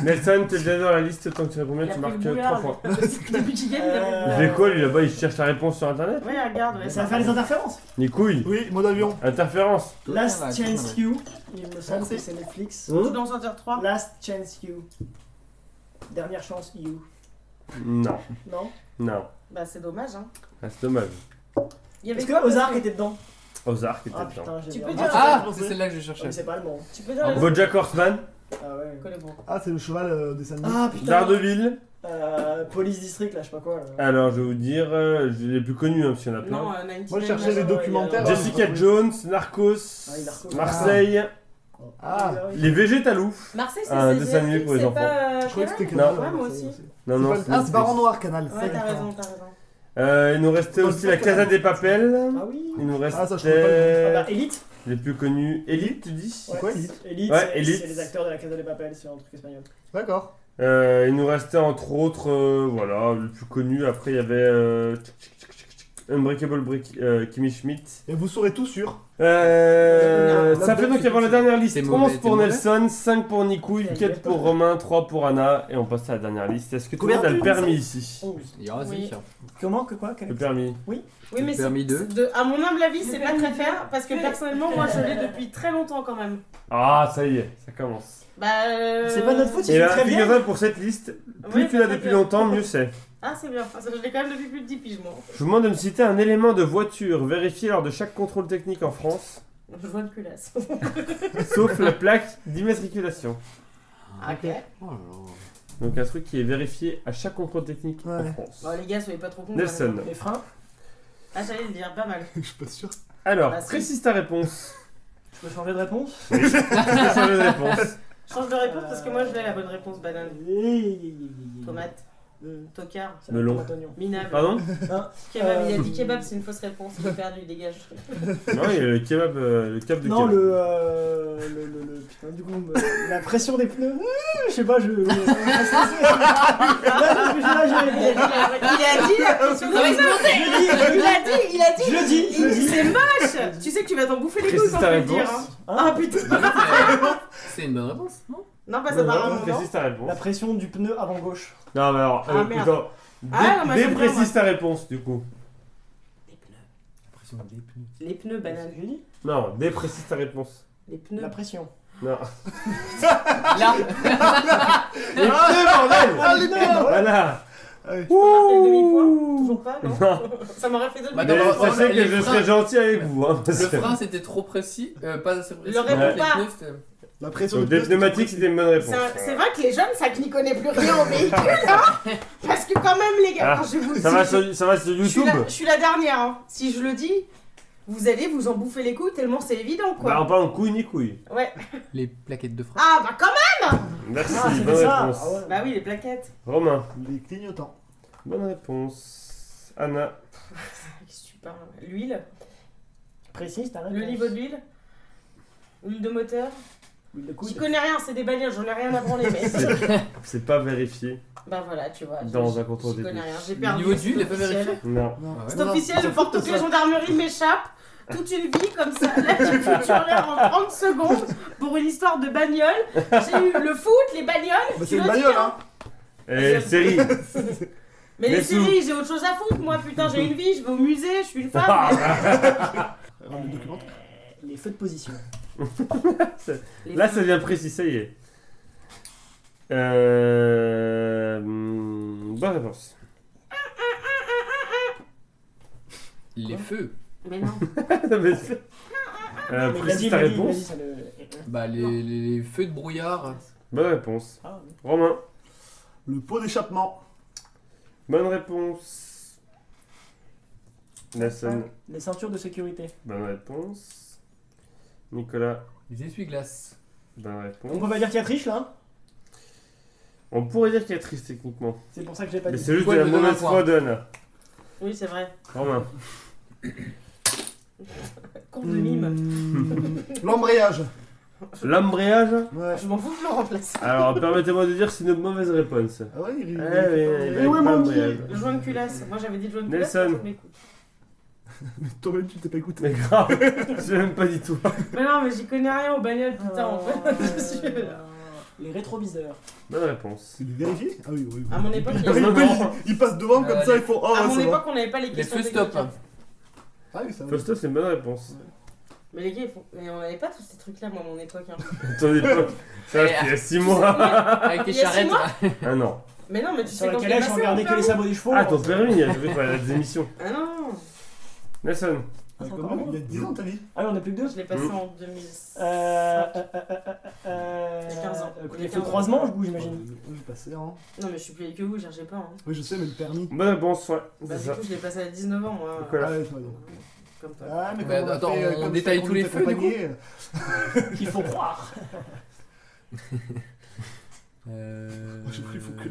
Nelson, t'es déjà dans la liste, tant que tu réponds bien,
Il a
tu
pris le
marques
boulard,
3 points.
Depuis qu'il gagne, il a
Euh,
mon
Je
boulard.
vais quoi, lui là-bas, il cherche la réponse sur internet
Ouais, regarde, ouais,
Ça va faire les interférences.
Ni couilles
Oui, mode avion.
Interférence
Last
Ah,
Chance
ouais.
You, il me semble
Français.
que c'est Netflix.
Hein
Tout dans Center 3.
Last Chance You. Dernière chance You.
Non,
Non
non.
Bah, c'est dommage, hein.
Ah, c'est dommage.
Il y avait
Est-ce que
quoi,
Ozark
parce que-
était dedans
Ozark était
Ah
dedans.
putain, j'ai
Tu
dit
peux
Ozark.
dire-
Ah,
Ah,
c'est celle-là que je cherchais.
mais c'est pas allemand.
Tu peux dire. les-
Bojack Horseman,
Ah ouais.
Je connais pas.
Ah, c'est le cheval euh, des samedis.
Ah putain.
Daredevil.
Euh, Police District, là, je sais pas quoi. là.
Alors, je vais vous dire, euh, je les plus connus, hein, parce qu'il y en a plein.
Non, euh, 99.
Moi, je cherchais les
ouais,
documentaires.
ouais,
Jessica Jones, Narcos,
Ah, oui, Narcos.
Marseille,
Ah.
Les Végétalous.
Marseille, c'est
Un
c'est-
dessin animé
c'est-
pour les
c'est
enfants.
Pas, euh,
Je croyais que c'était
Canal.
Canal.
Non.
Ouais, moi
c'est-
aussi.
c'est- c'est
Non, non.
pas- Ah, c'est Baron Noir, Canal.
Ouais, t'as raison, t'as raison.
Euh, il nous restait
Bonne
aussi la
fois,
Casa
Canal.
des Papels.
Ah oui.
Il nous restait
Ah, ça, je trouvais pas le
Ah bah, Elite
les plus connus. Elite, tu dis
quoi, Elite
Elite,
Ouais,
c'est-
Elite.
c'est les acteurs de la Casa de Papel, c'est un truc espagnol.
D'accord.
Euh, Il nous restait entre autres, euh, voilà, le plus connu. Après, il y avait euh, tchic, tchic, tchic, tchic, tchic, Unbreakable Brick, euh, Kimi Schmidt.
Et vous saurez tout sur.
Euh,
Non,
ça
non,
fait
non,
donc
c'est
avoir la dernière liste.
c'est mauvais,
11 pour
c'est
Nelson, 5 pour Nicouille,
Ça y
4
est.
pour Romain, 3 pour Anna. Et on passe à la dernière liste. Est-ce que tout le
Combien
monde a le
de
permis ici
11.
Il y aura
Oui.
Zephyr.
Oh, Comment que quoi quel-
Le permis.
Oui,
Le
mais c'est-
permis de-
c'est de- À mon humble avis, c'est pas très fair parce que personnellement, moi, je l'ai depuis très longtemps quand même.
Ah, ça y est, ça commence.
Bah. euh,
C'est pas notre faute,
Et
il fait
là,
très bien.
figure-toi pour cette liste, plus
Oui,
tu l'as
c'est
depuis
bien.
longtemps, mieux c'est.
Ah, c'est bien. Parce que je l'ai quand même depuis plus de 10 piges, moi.
Je vous demande de me citer un élément de voiture vérifié lors de chaque contrôle technique en France,
Je vois le culasse.
sauf la plaque d'immatriculation.
ok.
Oh là là.
Donc un truc qui est vérifié à chaque contrôle technique en
Ouais.
France.
Bon, les gars, soyez pas trop cons.
Nelson.
quand même.
Les freins
Ah, j'allais le dire, pas mal.
Je suis pas sûr.
Alors,
Bah, si.
précise ta réponse.
Je peux changer de réponse
Précise ta réponse.
Change de réponse parce que moi, je l'ai la bonne réponse, banane. Tomate,
Euh,
tocard,
ça,
Melon.
tomate, oignon.
minable.
Pardon
Kebab, il a
Euh.
dit kebab, c'est une fausse réponse. J'ai perdu, dégage.
Non, il y a le kebab, euh, le kebab de
Non,
kebab.
le, euh, le, le, le- Putain, du coup, me- la pression des pneus. Euh, Je sais pas, je. Là, je- là,
Il a dit la-
j'ai-
il a dit la pression
Ça va
des- Il
Hein
a dit, il a dit.
Je le dis, je le
Il-
dis.
C'est moche. Tu sais que tu vas t'en bouffer les couilles
Précise
quand
ta
tu le dire.
réponse.
hein. Ah putain.
C'est une bonne réponse, non
Non, pas ça
Non,
par un
non,
moment.
Précise ta réponse.
La pression du pneu avant gauche.
Non, mais alors,
Ah,
euh,
merde.
attends.
Ah, non, mais
Dé-
c'est bien,
déprécise
moi.
ta réponse, du coup.
Les pneus,
C'est
banane.
ce que je dis.
Non, déprécise ta réponse.
Les
La
pneus.
pression.
Non.
Là
Ah,
Les
Ah.
pneus, bordel
les pneus
Voilà
marquer le demi-point
Ouh.
Toujours pas, non
Non.
Ça m'aurait fait deux
Bah, non,
Mais
minutes.
non,
sachez
les
que je
freins-
serai gentil avec vous. Hein, parce
Le
que-
frein c'était trop précis, euh, pas assez précis.
Le répond
Ouais.
pas.
Les pneus, c'était-
La pression
Donc, des pneumatiques, c'était une bonne réponse.
C'est un- C'est vrai que les jeunes, ça qui n'y connaît plus rien au véhicule, hein Parce que quand même, les gars,
Ah,
quand je vous le
Ça
dis,
va sur, ça va sur
je, suis
YouTube
la, je suis la dernière, hein. Si je le dis, vous allez vous en bouffer les couilles tellement c'est évident,
Bah, on
quoi.
parle en couille ni couille.
Ouais.
Les plaquettes de frein.
Ah, bah quand même
Merci,
Ah, c'était
bonne
ça.
réponse.
Ah ouais.
Bah oui, les plaquettes.
Romain,
Les clignotants.
bonne réponse. Anna,
Ah, Qu'est-ce que tu parles L'huile
Précise, t'as
Le niveau de l'huile L'huile de moteur
Le
J'y
coude.
connais rien, c'est des bagnoles, j'en ai rien à branler, mais...
c'est pas vérifié
bah voilà, tu vois.
dans
j'y-
un contrôle
J'y
des
connais rien, j'ai
Le
perdu.
niveau d'huile, il est pas
officiel.
vérifié
Non.
Ah ouais.
C'est officiel, je porte toutes les gendarmeries, m'échappe. toute une vie comme ça, là du futur en l'air en 30 secondes pour une histoire de bagnole. J'ai eu le foot, les
Bah,
bagnoles. tu
c'est une
veux dire
bagnole, hein
Ah,
Eh, série
Mais les
Mais sous.
séries, j'ai autre chose à foutre, moi putain, j'ai une vie, je vais au musée, je suis une femme. mais-
Ah,
Alors, le documentaire.
Les feux de position.
Là, ça devient précis, ça y est. Euh... hmm, Bonne réponse.
Ah.
Les feux.
Mais non.
Mais c'est- euh,
Ah, Mais
précise
vas-y,
ta
vas-y,
réponse.
vas-y, ça le-
Bah, les, les feux de brouillard.
Bonne réponse.
Ah, oui.
Romain,
Le pot d'échappement.
bonne réponse. Nelson,
Les ceintures de sécurité.
bonne réponse. Nicolas,
Les essuie-glaces.
bonne
On
réponse.
peut pas dire qu'il y a triche là
On pourrait dire qu'il est triste techniquement,
C'est pour ça que j'ai pas
mais
dit.
c'est juste
Ouais,
de la
mais donne un
mauvaise
point.
foi d'Anna.
Oui, c'est vrai.
Romain,
Cours
Hmm.
de mime.
Mmh. L'embrayage.
l'embrayage.
Ouais.
Je m'en fous, je le remplace.
Alors, permettez-moi de dire, c'est une mauvaise réponse.
Ah ouais, il
Eh,
il-
mais-
Eh ouais,
mais-
mon
mais-
dieu
Le joint de culasse. Moi j'avais dit le joint de culasse.
Nelson.
mais je m'écoute.
Toi-même, tu t'es pas écouté.
Mais grave, je l'aime pas du tout.
Mais non, mais j'y connais rien aux bagnoles, putain, en fait.
Oh.
je suis-
Les rétroviseurs.
Bonne réponse.
C'est des vérifiés Ah oui, oui. oui.
À mon époque, il y
Ils,
avait-
Non, non.
ils- ils passent devant comme
Euh,
ça,
les-
ils font Oh,
à
ouais,
mon
ça va.
époque, on n'avait pas les
Les
questions
feux stop.
techniques.
Ah oui, ça va.
Fausto, c'est une bonne réponse.
Mais les gars, ils font- mais on n'avait pas tous ces trucs-là, moi, à mon époque. hein.
Ton époque, ça,
Eh,
c'était il y a 6
Tu sais
mois.
combien-
Avec les
Ah. Il y a six
charrettes.
mois
là.
Ah non.
Mais non, mais tu
Sur
sais
la
quand t'es
calèche, on
passé,
regardait
on
que les
fait un-
sabots des chevaux.
Ah,
hein.
ton permis, je vais faire des émissions.
Ah non,
Nelson,
Ah, c'est
Ouais,
encore
comme
moi.
Il y a 10 ans, t'as dit
Ah oui, on a plus que deux
je l'ai passé
Mm.
en 2000.
Euh, euh, euh, euh, euh,
Il y a 15 ans.
euh,
Il y a
Les
15
feux
ans.
de croisement, du coup,
Ouais,
j'imagine.
Je vais passer, hein.
Non, mais je suis plus vieille que vous, j'ai pas. Hein.
Oui, je sais, mais le permis.
bonne réponse, ouais.
Bah,
C'est
du
ça.
coup, je l'ai passé à 19 ans, moi.
Nicolas.
Ah,
Voilà.
ouais, c'est vrai, donc.
Comme toi.
Ah, mais
Mais
comment
attends,
on, a fait, euh,
on
comme
détaille
ça, qu'on
tous les
nous
feux, du coup
accompagnait.
Il faut croire.
Euh...
J'ai pris faux que-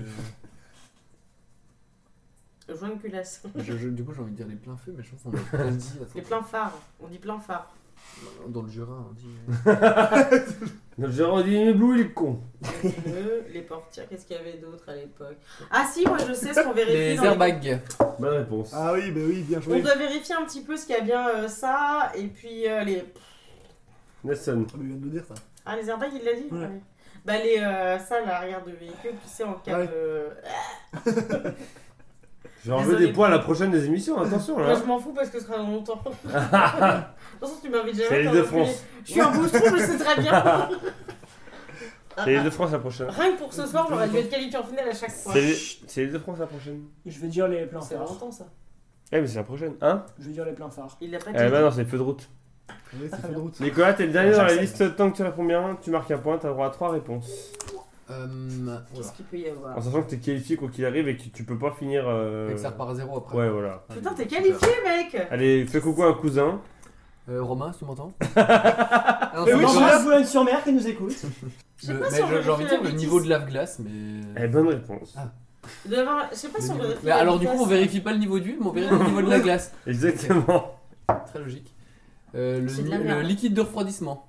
Le joint de culasse.
Je- je- du coup, j'ai envie de dire les pleins feux, mais je pense qu'on a pas dit. attends.
Les pleins phares. On dit plein phare.
Dans le Jura, on dit. euh,
Notre gérant dit, mais Blue, il est con.
Les pneus, euh, les portières. Qu'est-ce qu'il y avait d'autre à l'époque Ah si, moi, je sais ce qu'on vérifie.
Les
dans les-
airbags.
Bonne réponse.
Ah oui, bah oui, bien
On
joué.
doit vérifier un petit peu ce qu'il y a bien euh, ça. Et puis, euh, les...
Nelson,
Ah, mais il vient de le dire, ça.
Ah, les airbags, il l'a dit
Ouais.
Ouais. Bah, les... euh, ça, la regarde de véhicule, tu sais, en cas
Ouais.
de...
Oh j'ai enlevé
Désolé.
des points à la prochaine des émissions, attention
Moi,
là.
je m'en fous parce que ce sera dans longtemps. De toute façon, tu m'invites jamais.
C'est l'île
t'as
de
enculé.
France.
Je suis un bouche-trou, je sais très bien. Ah,
C'est l'île de France la prochaine.
Rien que pour ce soir, j'aurais dû être qualifié en finale à chaque fois.
C'est l'île- c'est l'île de France la prochaine.
Je vais dire les pleins
C'est
phares.
longtemps, ça.
Eh, mais c'est la prochaine, hein
Je vais dire les pleins phares.
Il l'a pas dit.
Eh, bah non, c'est feu de route.
Ouais,
Ah,
c'est fait de route.
Nicolas, t'es le dernier dans la
J'accepte.
liste. Tant que tu réponds bien, tu marques un point, t'as le droit à 3 réponses.
Euh,
Qu'est-ce
voilà.
qu'il peut y avoir
En sachant que t'es qualifié quoi qu'il arrive et que tu peux pas finir.
Et
euh,
que ça repart à zéro après.
Ouais, voilà.
Putain, t'es qualifié, mec
Allez, fais coucou à un cousin.
Euh, Romain, si tu m'entends Ah non,
Mais
c'est
oui,
pas
je
grave.
la Boulogne-sur-Mer qui nous écoute.
Je sais
Le-
pas si
mais
on
je- j'ai envie de dire
vérifie
le
la
niveau
bêtise.
de lave-glace,
Eh,
mais.
bonne
Ah.
réponse.
Il doit y avoir- Je sais pas si on
Mais
vérifie. la
alors, du coup,
vitesse.
on vérifie pas le niveau d'huile, mais on vérifie le niveau de la glace.
Exactement.
Très logique. Euh, le,
C'est de la
ni-
merde.
le liquide de refroidissement.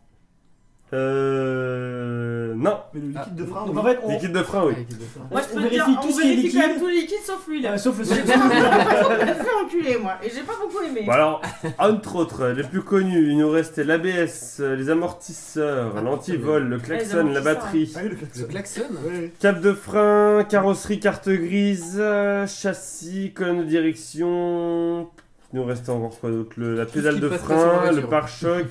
Euh. Non.
Mais le
Ah,
liquide de frein,
Donc
oui.
en fait, on,
Liquide de frein,
Ah,
oui.
liquide de frein.
Moi, je peux
on
te dire,
vérifie
on
tout ce qui est
vérifie quand même
liquide.
tout le liquide sauf lui, là.
euh, sauf le
J'ai
saut.
me fait enculer, moi. Et j'ai pas beaucoup aimé.
Bon alors, entre autres, les plus connus, il nous restait l'ABS, euh, les amortisseurs,
Ah,
l'antivol, le klaxon, la
amortisseurs,
batterie,
Ah oui, le
Le
klaxon.
klaxon
Ouais,
cap de frein, carrosserie, carte grise, euh, châssis, colonne de direction. Il nous reste encore quoi d'autre Le- La
Tout ce
pédale
qui
de
passe pas sur la
frein, le
voiture.
pare-choc,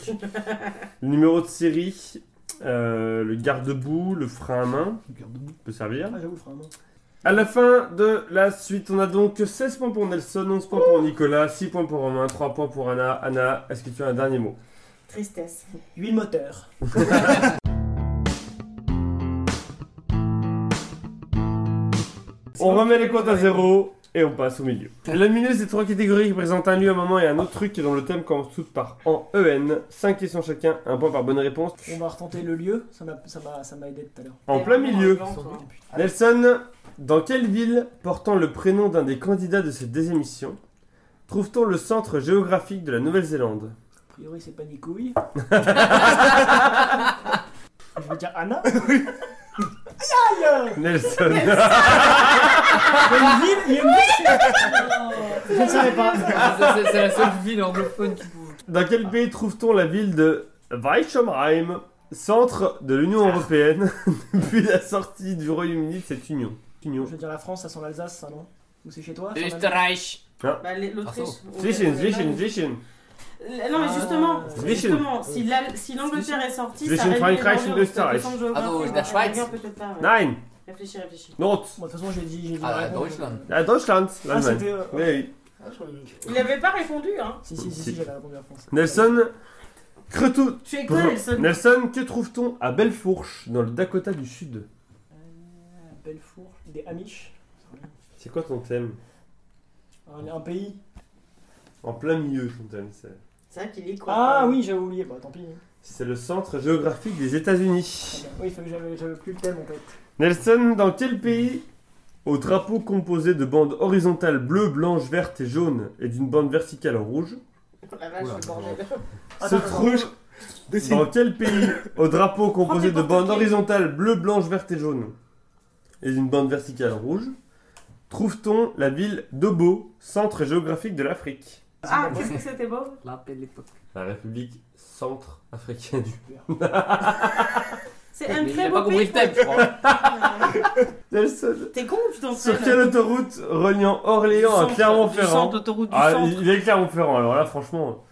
le numéro de série, euh, le garde-boue, le frein à main
le garde-boue.
peut servir.
Ah, j'avoue, vraiment.
À la fin de la suite, on a donc 16 points pour Nelson, 11 points pour Nicolas, 6 points pour Romain, 3 points pour Anna. Anna, est-ce que tu as un dernier mot
Tristesse.
Huile moteur.
On remet les comptes à zéro et on passe au milieu. La minute, c'est trois catégories qui présentent un lieu, un moment et un autre truc et dont le thème commence toutes par en EN. 5 questions chacun, un point par bonne réponse.
On va retenter le lieu. Ça m'a, ça m'a, ça m'a aidé tout à l'heure.
En
T'es
plein
vraiment
milieu.
un blanc, toi.
Nelson, dans quelle ville portant le prénom d'un des candidats de cette désémission trouve-t-on le centre géographique de la Nouvelle-Zélande
A priori, c'est pas Nicouille. Je vais dire Anna. Aïe aïe
Nelson
Il y a une ville, il y a une ville, c'est- Je ne savais pas.
C'est c'est- c'est la seule ville anglophone qui pouvait.
Dans quel pays trouve-t-on la ville de Weichenheim, centre de l'Union européenne, depuis la sortie du Royaume-Uni de cette union Union.
Je veux dire, la France, ça sent l'Alsace, ça, non Ou c'est chez toi ça, en Alsace
Österreich.
Bah, les- l'Autriche. ou-
Zwischen,
euh,
zwischen, zwischen.
Non, mais justement,
Ah.
justement si la- si l'Angleterre est sortie, ça
Zwischen
règle
Frankreich
les
und
enjeux
Österreich.
de défense
Ah, donc,
géographique.
la Schweiz.
Regarde peut-être pas, ouais.
Nein,
Réfléchis, réfléchis.
not.
Bon, de toute façon, j'ai dit. j'ai dit
Ah,
la
la
réponse.
Deutschland.
Ah, Deutschland,
Ah,
l'Allemagne.
c'était. euh,
Oui, oui.
ah, je croyais-
Il n'avait pas répondu, hein.
Si, si, si, si, j'avais répondu à la France.
Nelson, que tout-
Tu es quoi, Nelson
Nelson, que trouve-t-on à Bellefourche, dans le Dakota du Sud
Bellefour, des Amish,
C'est quoi ton thème
un, un pays.
En plein milieu, ton thème. C'est
C'est vrai qu'il est quoi
Ah
quoi.
oui, j'avais oublié, bah tant pis.
c'est le centre géographique des
Très
États-Unis.
bien. Oui, ça, j'avais j'avais plus le thème en fait.
Nelson, dans quel pays au drapeau composé de bandes horizontales bleues, blanches, vertes et jaunes et d'une bande verticale rouge
Oh La vache,
Oula,
le bordel. Ah,
Attends,
se
attends.
trouve dans quel pays au drapeau composé de
n'importe
bandes
quel.
horizontales bleues, blanches, vertes et jaunes et d'une bande verticale rouge trouve-t-on la ville d'Obo, centre géographique de l'Afrique
Ah, qu'est-ce que c'était beau
L'appel l'époque.
La République centre-africaine du...
C'est un
Il
très
a pas
beau
compris
pays.
le thème, je crois.
Nelson,
T'es con, putain.
sur quelle autoroute reliant Orléans à Clermont-Ferrand
autoroute du
Ah,
centre.
il est Clermont-Ferrand, alors là, franchement.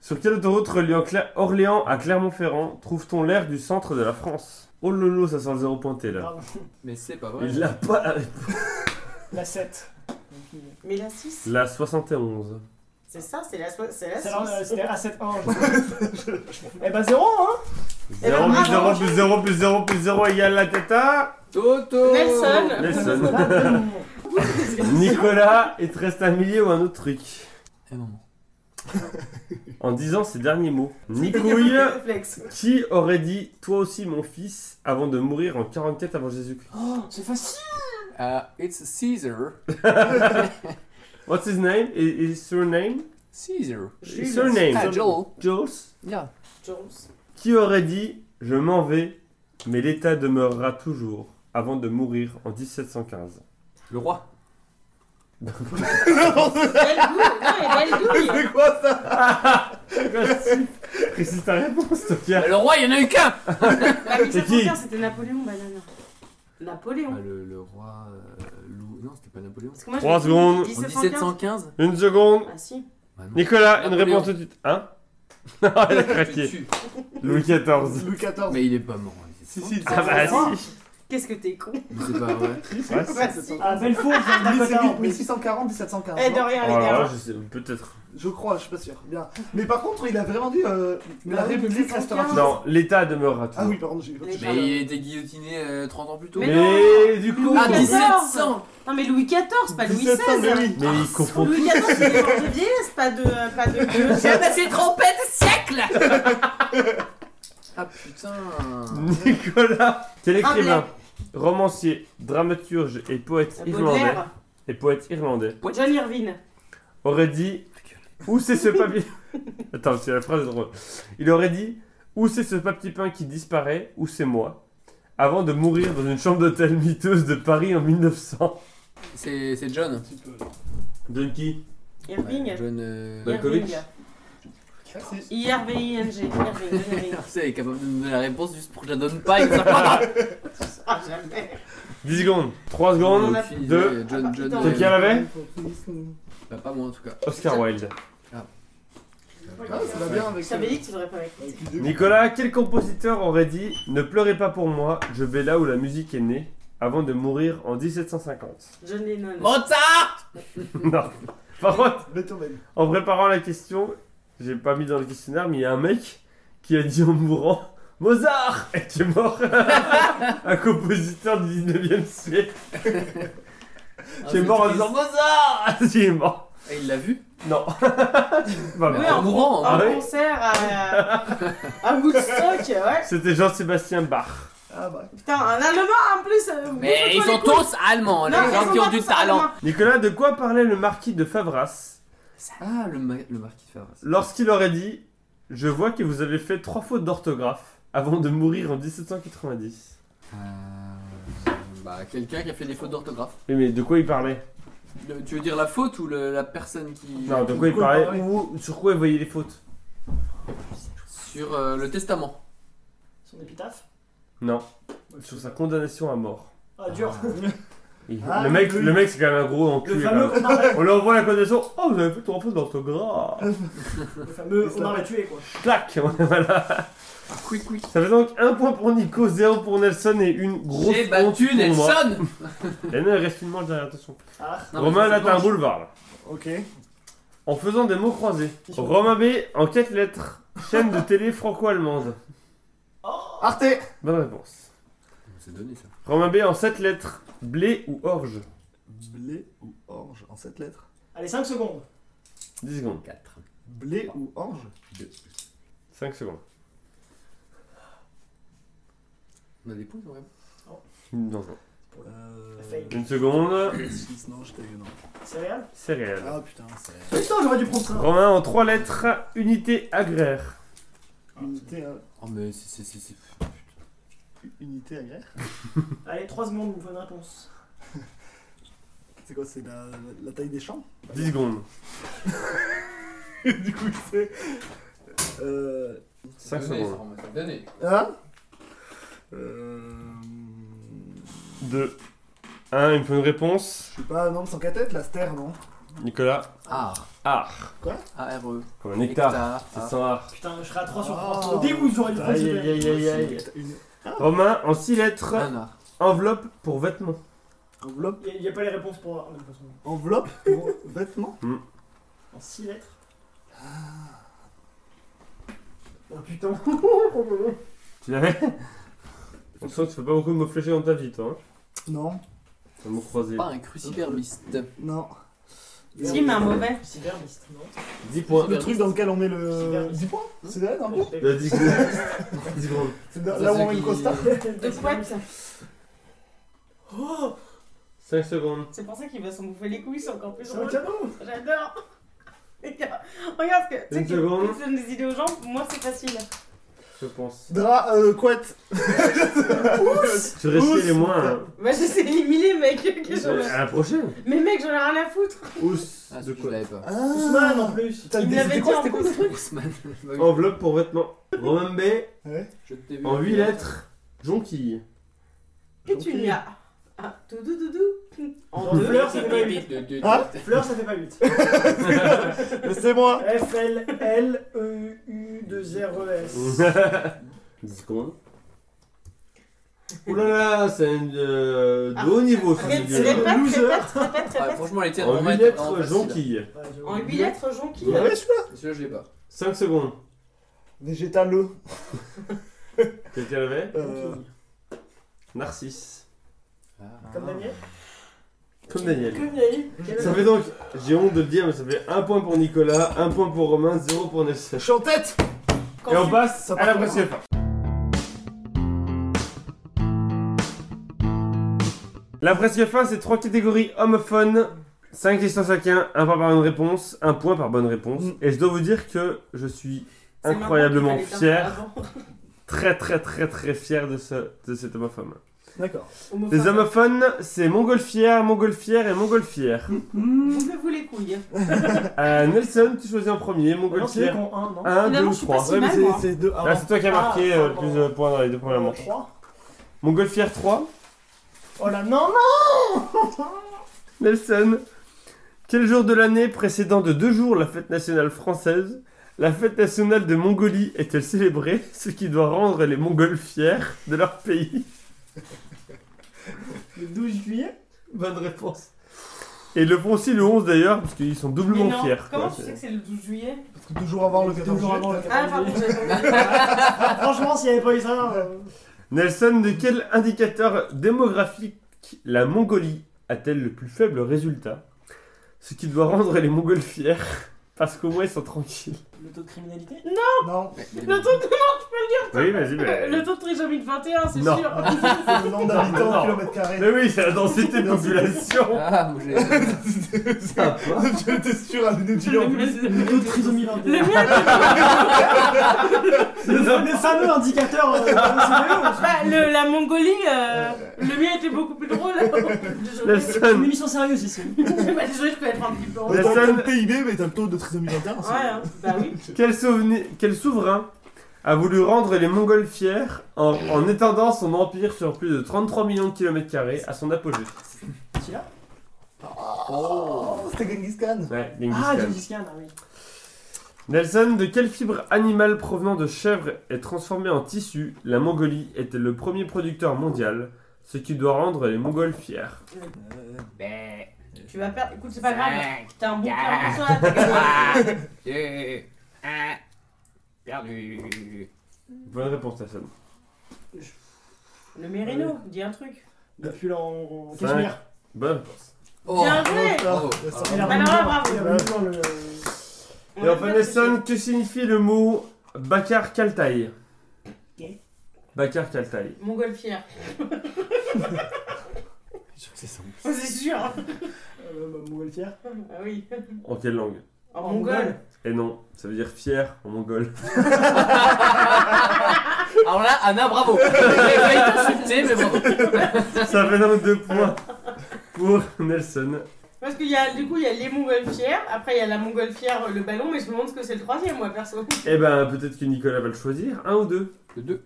Sur quelle autoroute reliant Cla- Orléans à Clermont-Ferrand trouve-t-on l'aire du centre de la France Oh lolo, ça sent le zéro pointé là.
Pardon.
Mais c'est
Ah,
pas vrai.
Il a pas la réponse.
La 7.
Mais la 6,
La 71.
c'est ça, c'est la 6. C'est la
C'est là, euh,
6.
C'était A7-1. je- Eh ben 0 hein
0
ben,
plus 0
bravo.
plus 0 plus 0 plus 0 égale la tata
Toto
Nelson.
Nelson.
Voilà.
Nicolas, il te reste un millier ou un autre truc
Eh, maman.
En disant ces derniers mots. Nicouille,
Réflexe.
qui aurait dit Toi aussi, mon fils, avant de mourir en 44 avant Jésus-Christ
Oh, c'est facile
Euh, it's Caesar.
What's his name Is his surname
Caesar.
His surname
Ah, Joel.
Jules
Yeah.
Jones.
Qui aurait dit Je m'en vais, mais l'État demeurera toujours avant de mourir en 1715
Le roi.
Belle douille. Non, mais belle douille.
quoi ça
Merci Précise ta réponse, Tokya
Le roi, il y en a eu qu'un
Bah,
C'est qui
1715, c'était Napoléon, banane. Napoléon.
Ah, le, roi. loup. Non, c'était pas Napoléon.
Parce que moi, je
Trois
me dis
secondes. En
1715.
Une seconde
Ah si.
Bah non.
Nicolas, une
Napoléon.
réponse tout de suite Hein Non, il a
Je te
craqué
tue.
Louis XIV
Louis XIV.
Mais il est pas mort. hein.
Si, si,
Ah bah
si.
si
Qu'est-ce que t'es con.
Mais C'est pas vrai.
Ouais,
Bah,
c'est-
si.
Ah, Bellefour, j'ai un Dakota en plus.
1640, 1740.
Eh, de
hein.
rien,
Oh
les
là là,
gars.
je sais, peut-être.
Je crois, je suis pas sûr. Bien. Mais par contre, il a vraiment dit euh, la
Bah oui,
République
1615.
restera toujours.
Non, l'État demeurera toujours.
Ah oui, pardon, j'ai
Mais-
Mais il a été guillotiné euh, 30 ans plus tôt.
Mais,
Mais non
du coup,
Louis
Ah,
XIV.
1700
Non, mais Louis XIV, pas Louis
1700, mais
XVI.
oui.
mais il confond.
Louis XIV, il est mort de vieillesse, pas de. Pas de.
mais c'est trompé de siècle Ah putain
Nicolas, quel écrivain,
Rabelais.
romancier, dramaturge et poète irlandais
Baudelaire.
et poète irlandais
John Irvine.
aurait dit Où c'est ce papier Attends, c'est la phrase est drôle. Il aurait dit Où c'est ce petit pain qui disparaît Où c'est moi avant de mourir dans une chambre d'hôtel miteuse de Paris en 1900.
C'est c'est John.
De qui
Ouais,
Irving.
John. euh,
Bah,
Irving.
Merci.
I-R-V-I-N-G. Irving. Irving.
Tu sais, il est capable de nous donner la réponse juste pour que je la donne pas. il s'en prendra.
Ah, jamais.
10 secondes, 3 secondes,
Aucune idée,
deux.
John, John.
Attends.
euh,
C'est qui l'avait
bah, Pas moi en tout cas.
Oscar Wilde.
Ah, ça va bien avec
Je t'avais dit que tu devrais pas avec.
avec l'idée.
Nicolas, quel compositeur aurait dit Ne pleurez pas pour moi, je vais là où la musique est née, avant de mourir en 1750
John Lennon.
Oh, Mozart
Non. Par contre,
Beethoven.
en préparant la question, j'ai pas mis dans le questionnaire, mais il y a un mec qui a dit en mourant Mozart Et qui est mort Un compositeur du 19 e siècle qui est mort en disant Ah, Mozart Il est mort
Ah, Et il l'a vu
Non Pas
Mais
mort.
En mourant
Ah
en
Un
ouais
concert à, à Woodstock, ouais.
C'était Jean-Sébastien Bach.
Ah bah.
Putain, un Allemand en plus. euh,
Mais ils
bouffe-toi
sont
les couilles.
tous allemands, les
Non, ils
gens
sont
qui ont
pas
du
tous
talent.
allemands.
Nicolas, de quoi parlait le marquis de Favras
Ah, le, ma- le marquis de Favras.
Lorsqu'il aurait dit Je vois que vous avez fait trois fautes d'orthographe avant de mourir en 1790.
Euh, bah, quelqu'un qui a fait des fautes d'orthographe.
Oui, mais de quoi il parlait
Le- Tu veux dire la faute ou le- la personne qui.
Non, de quoi il
quoi il
parlait
parlait
Où- Sur quoi il voyait les fautes
Sur euh, le testament.
Son épitaphe
Non, sur sa condamnation à mort.
Ah, dur
Il-
Ah,
le mec,
oui.
le mec c'est quand même un gros
Le
enculé.
fameux
quand même.
qu'on aurait-
On lui envoie la condamnation. Oh, vous avez fait trop peu d'orthographe.
le fameux
C'est
on
ça.
aurait tué quoi.
Clac Voilà.
Ah, Quick, quick.
Ça fait donc un point pour Nico, zéro pour Nelson et une grosse
J'ai
honte
battu
pour moi.
Nelson
Nelson reste une manche derrière, attention.
Ah,
Non, mais
Romain
ça,
là
c'est
t'as un
blanche.
boulevard là.
Ok.
En faisant des mots croisés.
Question.
Romain B, en quatre lettres, chaîne de télé franco-allemande.
Arte
Bonne réponse.
C'est donné ça.
Romain B, en sept lettres, blé ou orge.
Blé ou orge en 7 lettres
allez 5 secondes.
10 secondes.
4.
Blé ou orge
5 secondes.
On a des points quand même.
Non, non.
Euh.
Fake.
Une seconde,
Six, non, j'étais non.
Céréales
c'est réel.
Ah putain, c'est.
Putain j'aurais dû prendre ça.
Romain, en trois lettres, unité agraire.
Unité, euh,
Oh mais c'est. c'est- c'est- c'est-
unité agraire
Allez 3 secondes, une bonne réponse.
C'est quoi C'est la, la taille des champs
10 secondes.
Du coup, c'est. Euh.
c'est
5
donné, ça,
secondes.
Romain, C'est donné.
Hein Euh.
Deux. Un, il me faut une réponse.
Je sais pas, non, sans qu'à tête, la stère, non
Nicolas.
Ar.
Ar.
A-R-E.
Comme un nectar. C'est
Ar.
sans ar.
Ah, Putain je serais à 3 sur
Oh.
3. Au début j'aurais dû prendre
Aïe aïe
ça.
aïe aïe aïe.
Une
Ah.
Romain, en six lettres,
Un ar.
enveloppe pour vêtements.
enveloppe,
Il n'y a pas les réponses pour en même façon.
enveloppe pour vêtements
En 6 lettres. Oh putain.
Tu l'avais On sent que tu fais pas beaucoup de mots fléchés dans ta vie, toi. hein.
Non,
C'est un mot croisé.
Pas un cruciverbiste.
non.
Si, mais un mauvais.
Cybermiste, non
10 points.
Euh, Le truc dans lequel on met le.
Cyber-
10 points C'est là, non
Là, 10 secondes. 10 secondes.
C'est là
Ça,
là où
c'est
on met
qui-
le costard
De couette.
Oh
5 secondes.
C'est pour ça qu'il va s'en bouffer les couilles, c'est encore plus
C'est un
drôle.
cadeau
J'adore. Regarde regarde ce que. Tu sais
Une
qu'il
seconde.
il donne des idées aux gens, moi c'est facile.
Je pense.
Drap, euh, couette
Tu restais
Ousse.
les moins. hein.
Bah j'essaie d'éliminer, mec. que j'en-
À la prochaine.
Mais mec, j'en ai rien à foutre.
Ous.
Ah,
De
c'est que je
quoi
l'avais pas.
Ah
Ousmane en plus
Putain,
Il me
mais
l'avait
c'était
dit
quoi
en
C'était quoi ce
plus.
truc
Ousmane.
Enveloppe pour vêtements. Romain B,
Ouais.
Bah Je t'ai vu.
Oh. en 8 lettres, jonquille.
Que tu lui as. Ah, tout doux doudou. En
Dans
deux.
fleurs, c'est pas
Deux,
8.
deux, deux,
Hein
deux.
Fleurs, ça fait pas 8.
C'est moi
F, L, L, E, U, 2, R, E, S.
10 secondes. Oh là là, c'est une, euh, de haut niveau ce
Répète,
c'est
jeu.
le
répète,
loser.
répète, répète,
Ah,
répète.
franchement, les tiennes
En
Romain,
8
étaient vraiment
lettres,
faciles.
jonquille.
En 8 lettres, jonquille.
Ouais, celui-là
Celui-là, je l'ai pas.
5 secondes.
Végétaleux
Qu'est-ce qu'il y avait
Euh,
Narcisse. Ah.
Comme Daniel
Comme Daniel.
Comme Daniel Quel-
Ça fait donc, j'ai honte de le dire, mais ça fait un point pour Nicolas, un point pour Romain, 0 pour Nelson.
Je suis en tête
Quand
Et on
tu-
passe
ça
à la
part
prochaine fois. La presque fin, c'est trois catégories homophones. 5 questions chacun, un point par bonne réponse, un point par bonne réponse.
Mm.
Et je dois vous dire que je suis
c'est marrant
incroyablement
qu'il fallait
fier,
dire avant.
très très très très fier de, ce, de cet homophone.
D'accord.
Les homophones, c'est montgolfière, montgolfière et montgolfière.
Mm. Bouffez-vous les couilles.
Euh, Nelson, tu choisis en premier,
Non, c'est eux qui
montgolfière.
ont 1, non
1,
Finalement,
2
je suis pas
3.
si mal, moi.
C'est 2
Là, c'est toi qui as marqué
Ah,
euh, le
pardon.
plus de points dans les deux premières manches.
3
Montgolfière 3.
Oh là, non, non
Nelson, quel jour de l'année précédant de deux jours la fête nationale française, la fête nationale de Mongolie est-elle célébrée, ce qui doit rendre les Mongols fiers de leur pays
Le 12 juillet
Bonne réponse. Et ils le font aussi le 11 d'ailleurs, parce qu'ils sont
Mais
doublement
non,
fiers.
Comment
quoi.
tu sais que
C'est-
c'est le 12 juillet
Parce que deux jours avant le
Deux
14
jours
juillet.
avant Oh, le
Ah, pardon, j'ai entendu.
Franchement, s'il n'y avait pas eu ça. euh,
Nelson, de quel indicateur démographique la Mongolie a-t-elle le plus faible résultat Ce qui doit rendre les Mongols fiers, parce qu'au moins ils sont tranquilles.
Le taux de criminalité
Non.
Ouais,
Le truc, comment tu peux le dire
Oui, vas-y, mais.
Le taux de trisomie de 21, c'est
Non.
sûr.
Le nombre d'habitants
Non.
au kilomètre carré.
Mais oui, c'est la densité de population.
Ah, vous l'avez-
J'étais sûr à des
Le
étudiants.
mien,
Taux de trisomie 21.
C'est
Le fameux indicateur euh, dans
bah, le- la Mongolie, euh, le mien était beaucoup plus drôle.
La
Désolé.
le CE. E. Une
seule,
émission sérieuse ici.
Bah, désolé, je peux être un petit peu drôle.
La
T'as
seule-
le PIB, mais t'as le taux de trisomie 21.
Ouais, hein. bah oui.
quel, souvenir- quel souverain a voulu rendre les Mongols fiers en, en étendant son empire sur plus de 33 millions de kilomètres carrés à son apogée
Oh, c'était Genghis Khan.
Ouais, Genghis
Ah,
Khan.
Gengis Khan, ah oui.
Nelson, de quelle fibre animale provenant de chèvres est transformée en tissu La Mongolie était le premier producteur mondial, ce qui doit rendre les Mongols fiers.
Ben,
Tu vas perdre. Écoute, c'est pas grave.
cinq,
T'as un bon
Yeah.
carton sur la tête.
deux, un, perdu.
Bonne réponse, Nelson.
Le Mérino, dis un truc.
Depuis là en
Cinq.
Cachemire.
Bonne réponse.
Oh,
Bien joué
oh,
Ça
oh.
Ah,
Elle a
Bah
remis
là,
dans-
bravo.
elle a remis dans le-
On
Et
a
enfin,
pas de soucis.
Nelson, que signifie le mot Bakar Kaltaï
Ok.
Bakar Kaltaï.
Montgolfière.
Je crois que c'est ça.
C'est sûr.
euh, bah, Montgolfière.
Ah oui.
En quelle langue
En
En
mongol.
Et non, ça veut dire fier en mongol.
Alors là, Anna, bravo. J'ai failli t'insulter, mais bravo.
ça fait donc deux points pour Nelson.
Parce qu'il y a, du coup, il y a les montgolfières. Après, il y a la montgolfière, le ballon. Mais je me demande ce que c'est le troisième, moi, perso.
Eh ben, peut-être que Nicolas va le choisir, un ou deux.
Le deux.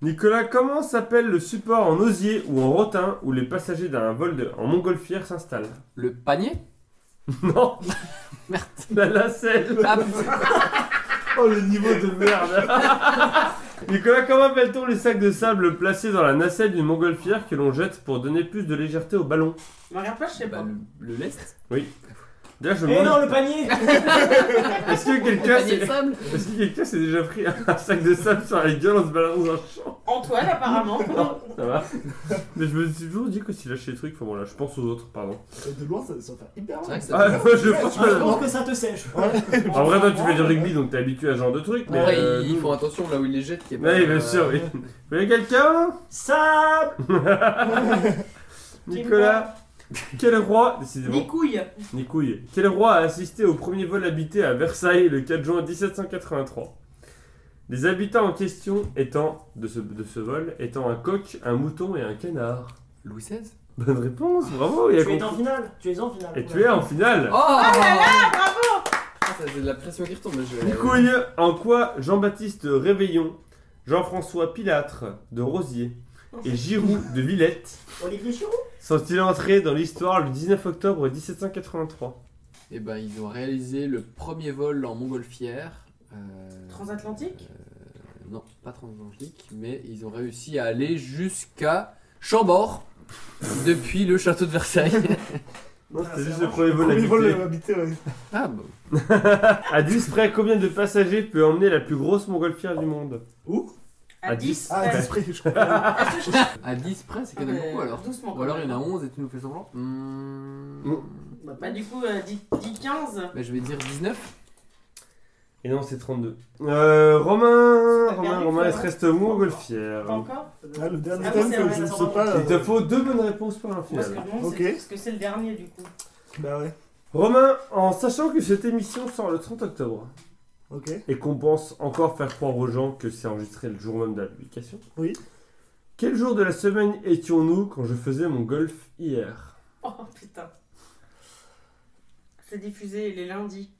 Nicolas, comment s'appelle le support en osier ou en rotin où les passagers d'un vol de- en montgolfière s'installent
Le panier
Non
Merde.
La lacelle
Ah, putain.
Oh le niveau de merde Nicolas, comment appelle-t-on les sacs de sable placés dans la nacelle d'une montgolfière que l'on jette pour donner plus de légèreté au ballon
Mais regarde pas, je sais
Bah,
pas.
le, le lest
D'ailleurs, je me
Eh non,
demande,
le panier
est-ce que
Le
quelqu'un
panier de
s'est
sable
est-ce que quelqu'un s'est déjà pris un sac de sable sur la gueule en se balançant dans un champ
Antoine, apparemment.
Ça va Mais je me suis toujours dit que s'il lâchait des trucs, enfin bon là, je pense aux autres, pardon.
De loin, ça ça va faire hyper
C'est
mal.
vrai que ça.
Ah, je pense
Je
que...
pense que ça te sèche.
En vrai, toi, tu fais du rugby, donc t'es habitué à ce genre de trucs, mais...
En vrai,
euh,
ils ils font attention là où ils les jettent. qu'il y ait pas,
Oui, bien
euh,
sûr, oui. Vous voyez quelqu'un
Ça
Nicolas Quel roi, décidément,
Les couilles.
ni couille. Quel roi a assisté au premier vol habité à Versailles le 4 juin 1783 Les habitants en question étant, de ce, de ce vol, étant un coq, un mouton et un canard.
Louis XVI
Bonne réponse, bravo, il
Tu
a
es en
compris.
finale Tu es en finale
Et tu es en finale
Oh, là là
Bravo.
Ça, c'est de la pression qui retombe. là, Je...
Nicouille, en quoi Jean-Baptiste Réveillon, Jean-François Pilâtre de Rosier et Giroux de Villette
Olivier Giroud
sont-ils entrés dans l'histoire le 19 octobre 1783
Et ben, ils ont réalisé le premier vol en montgolfière. euh,
Transatlantique
euh, Non, pas transatlantique, mais ils ont réussi à aller jusqu'à Chambord depuis le château de Versailles.
Non,
Ah,
c'était
c'est
juste
vrai.
le premier vol
Premier vol
habité.
euh, habité, ouais.
ah bon
À 10 près, combien de passagers peut emmener la plus grosse montgolfière du monde À
À 10.
Ah,
Euh,
exprès, je crois.
À 10 près, c'est qu'il y
Ah,
en a
euh,
beaucoup alors.
Doucement. hein.
Ou alors il y en a 11 et tu nous fais semblant Hmm.
Non.
Bah, du coup, euh, dis, dis 15.
Bah, je vais dire 19.
Et non, c'est 32. Euh, Romain,
C'est
Romain,
perdu,
Romain,
ça,
il te
hein
reste montgolfière.
Pas encore
Ah, le dernier
Ah,
thème
c'est
que
vrai,
je
ça
ne
s'en
sais
rend
pas.
Il te
euh,
faut deux bonnes réponses pour un
Parce que
final.
non,
Ok.
c'est parce que c'est le dernier, du coup.
Bah ouais,
Romain, en sachant que cette émission sort le 30 octobre,
ok.
et qu'on pense encore faire croire aux gens que c'est enregistré le jour même de la publication.
Oui.
Quel jour de la semaine étions-nous quand je faisais mon golf hier
Oh putain. C'est diffusé les lundis.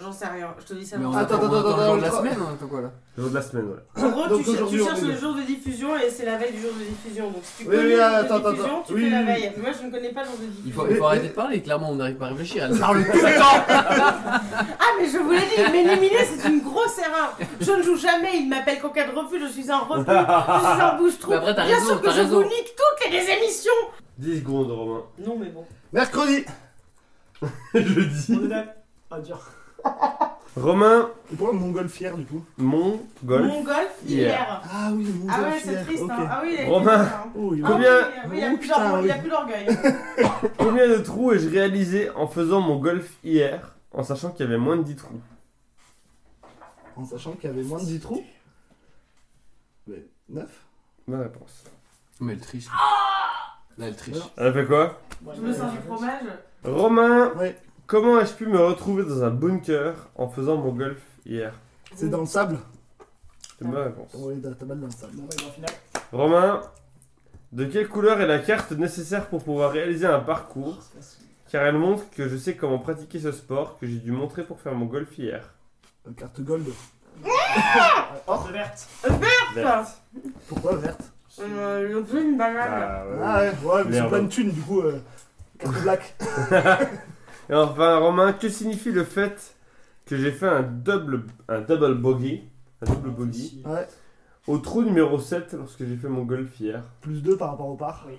J'en sais rien, je te dis ça.
Mais on
maintenant.
attend,
attends,
on attend
attends,
le jour de la
attends.
semaine, hein, on attend quoi là
Le jour de la semaine, ouais.
En gros,
Ah, Donc
tu, cher-
aujourd'hui,
tu
on
cherches
est
le
là.
jour de diffusion et c'est la veille du jour de diffusion. Donc si tu
Oui,
connais
oui,
le jour
attends,
de
attends,
diffusion, tu
oui,
fais la
oui,
veille. Mais Moi, je ne connais pas le jour de diffusion.
Il faut, il faut
Mais-
arrêter de parler, clairement, on n'arrive pas à réfléchir. Elle parle tout le temps
Ah, mais je vous l'ai dit, m'éliminer, c'est une grosse erreur. Je ne joue jamais, il m'appelle coquin de refus, je suis un refus, je suis un bouche-trou.
Mais après, t'as
Bien
raison,
sûr que
t'as
je
raison.
vous nique toutes les émissions.
10 secondes, Romain.
Non, mais bon.
Mercredi
On
Jeudi.
est d'accord. Ah, dur.
Romain,
Et pourquoi montgolfière du coup
mon golf.
Mon golf
Hier.
hier.
Ah oui, montgolfière.
Ah ouais, c'est triste.
ok.
Hein. Ah oui, il est
Romain.
triste, hein.
Oh, il
Ah
est-
oui,
Combien-
oui, il y a
Oh,
plus d'or-
putain,
il y a
oui.
plus d'orgueil.
Combien de trous ai-je réalisé en faisant mon golf hier en sachant qu'il y avait moins de 10 trous
en sachant qu'il y avait moins de 10 trous. Mais 9
Bonne réponse.
Mais elle triche.
Ah
Là, elle triche.
Voilà.
Elle a fait quoi
Je me sers du fromage.
Romain,
Ouais,
comment ai-je pu me retrouver dans un bunker en faisant mon golf hier
c'est dans le sable.
C'est une bonne réponse.
Ouais, t'as mal dans le sable.
Bon, bah, dans le final.
Romain, de quelle couleur est la carte nécessaire pour pouvoir réaliser un parcours Car elle montre que je sais comment pratiquer ce sport que j'ai dû montrer pour faire mon golf hier.
Euh, carte gold.
Porte verte.
Verte.
Pourquoi verte
Euh, Ils ont pris une banane.
Ah, ouais.
Ah ouais, ouais, mais
Merde.
c'est pas une thune du coup. euh, carte black.
Et enfin, Romain, que signifie le fait que j'ai fait un double, un double bogey, un double bogey
Ouais,
au trou numéro 7 lorsque j'ai fait mon golf hier
plus 2 par rapport au par.
Oui.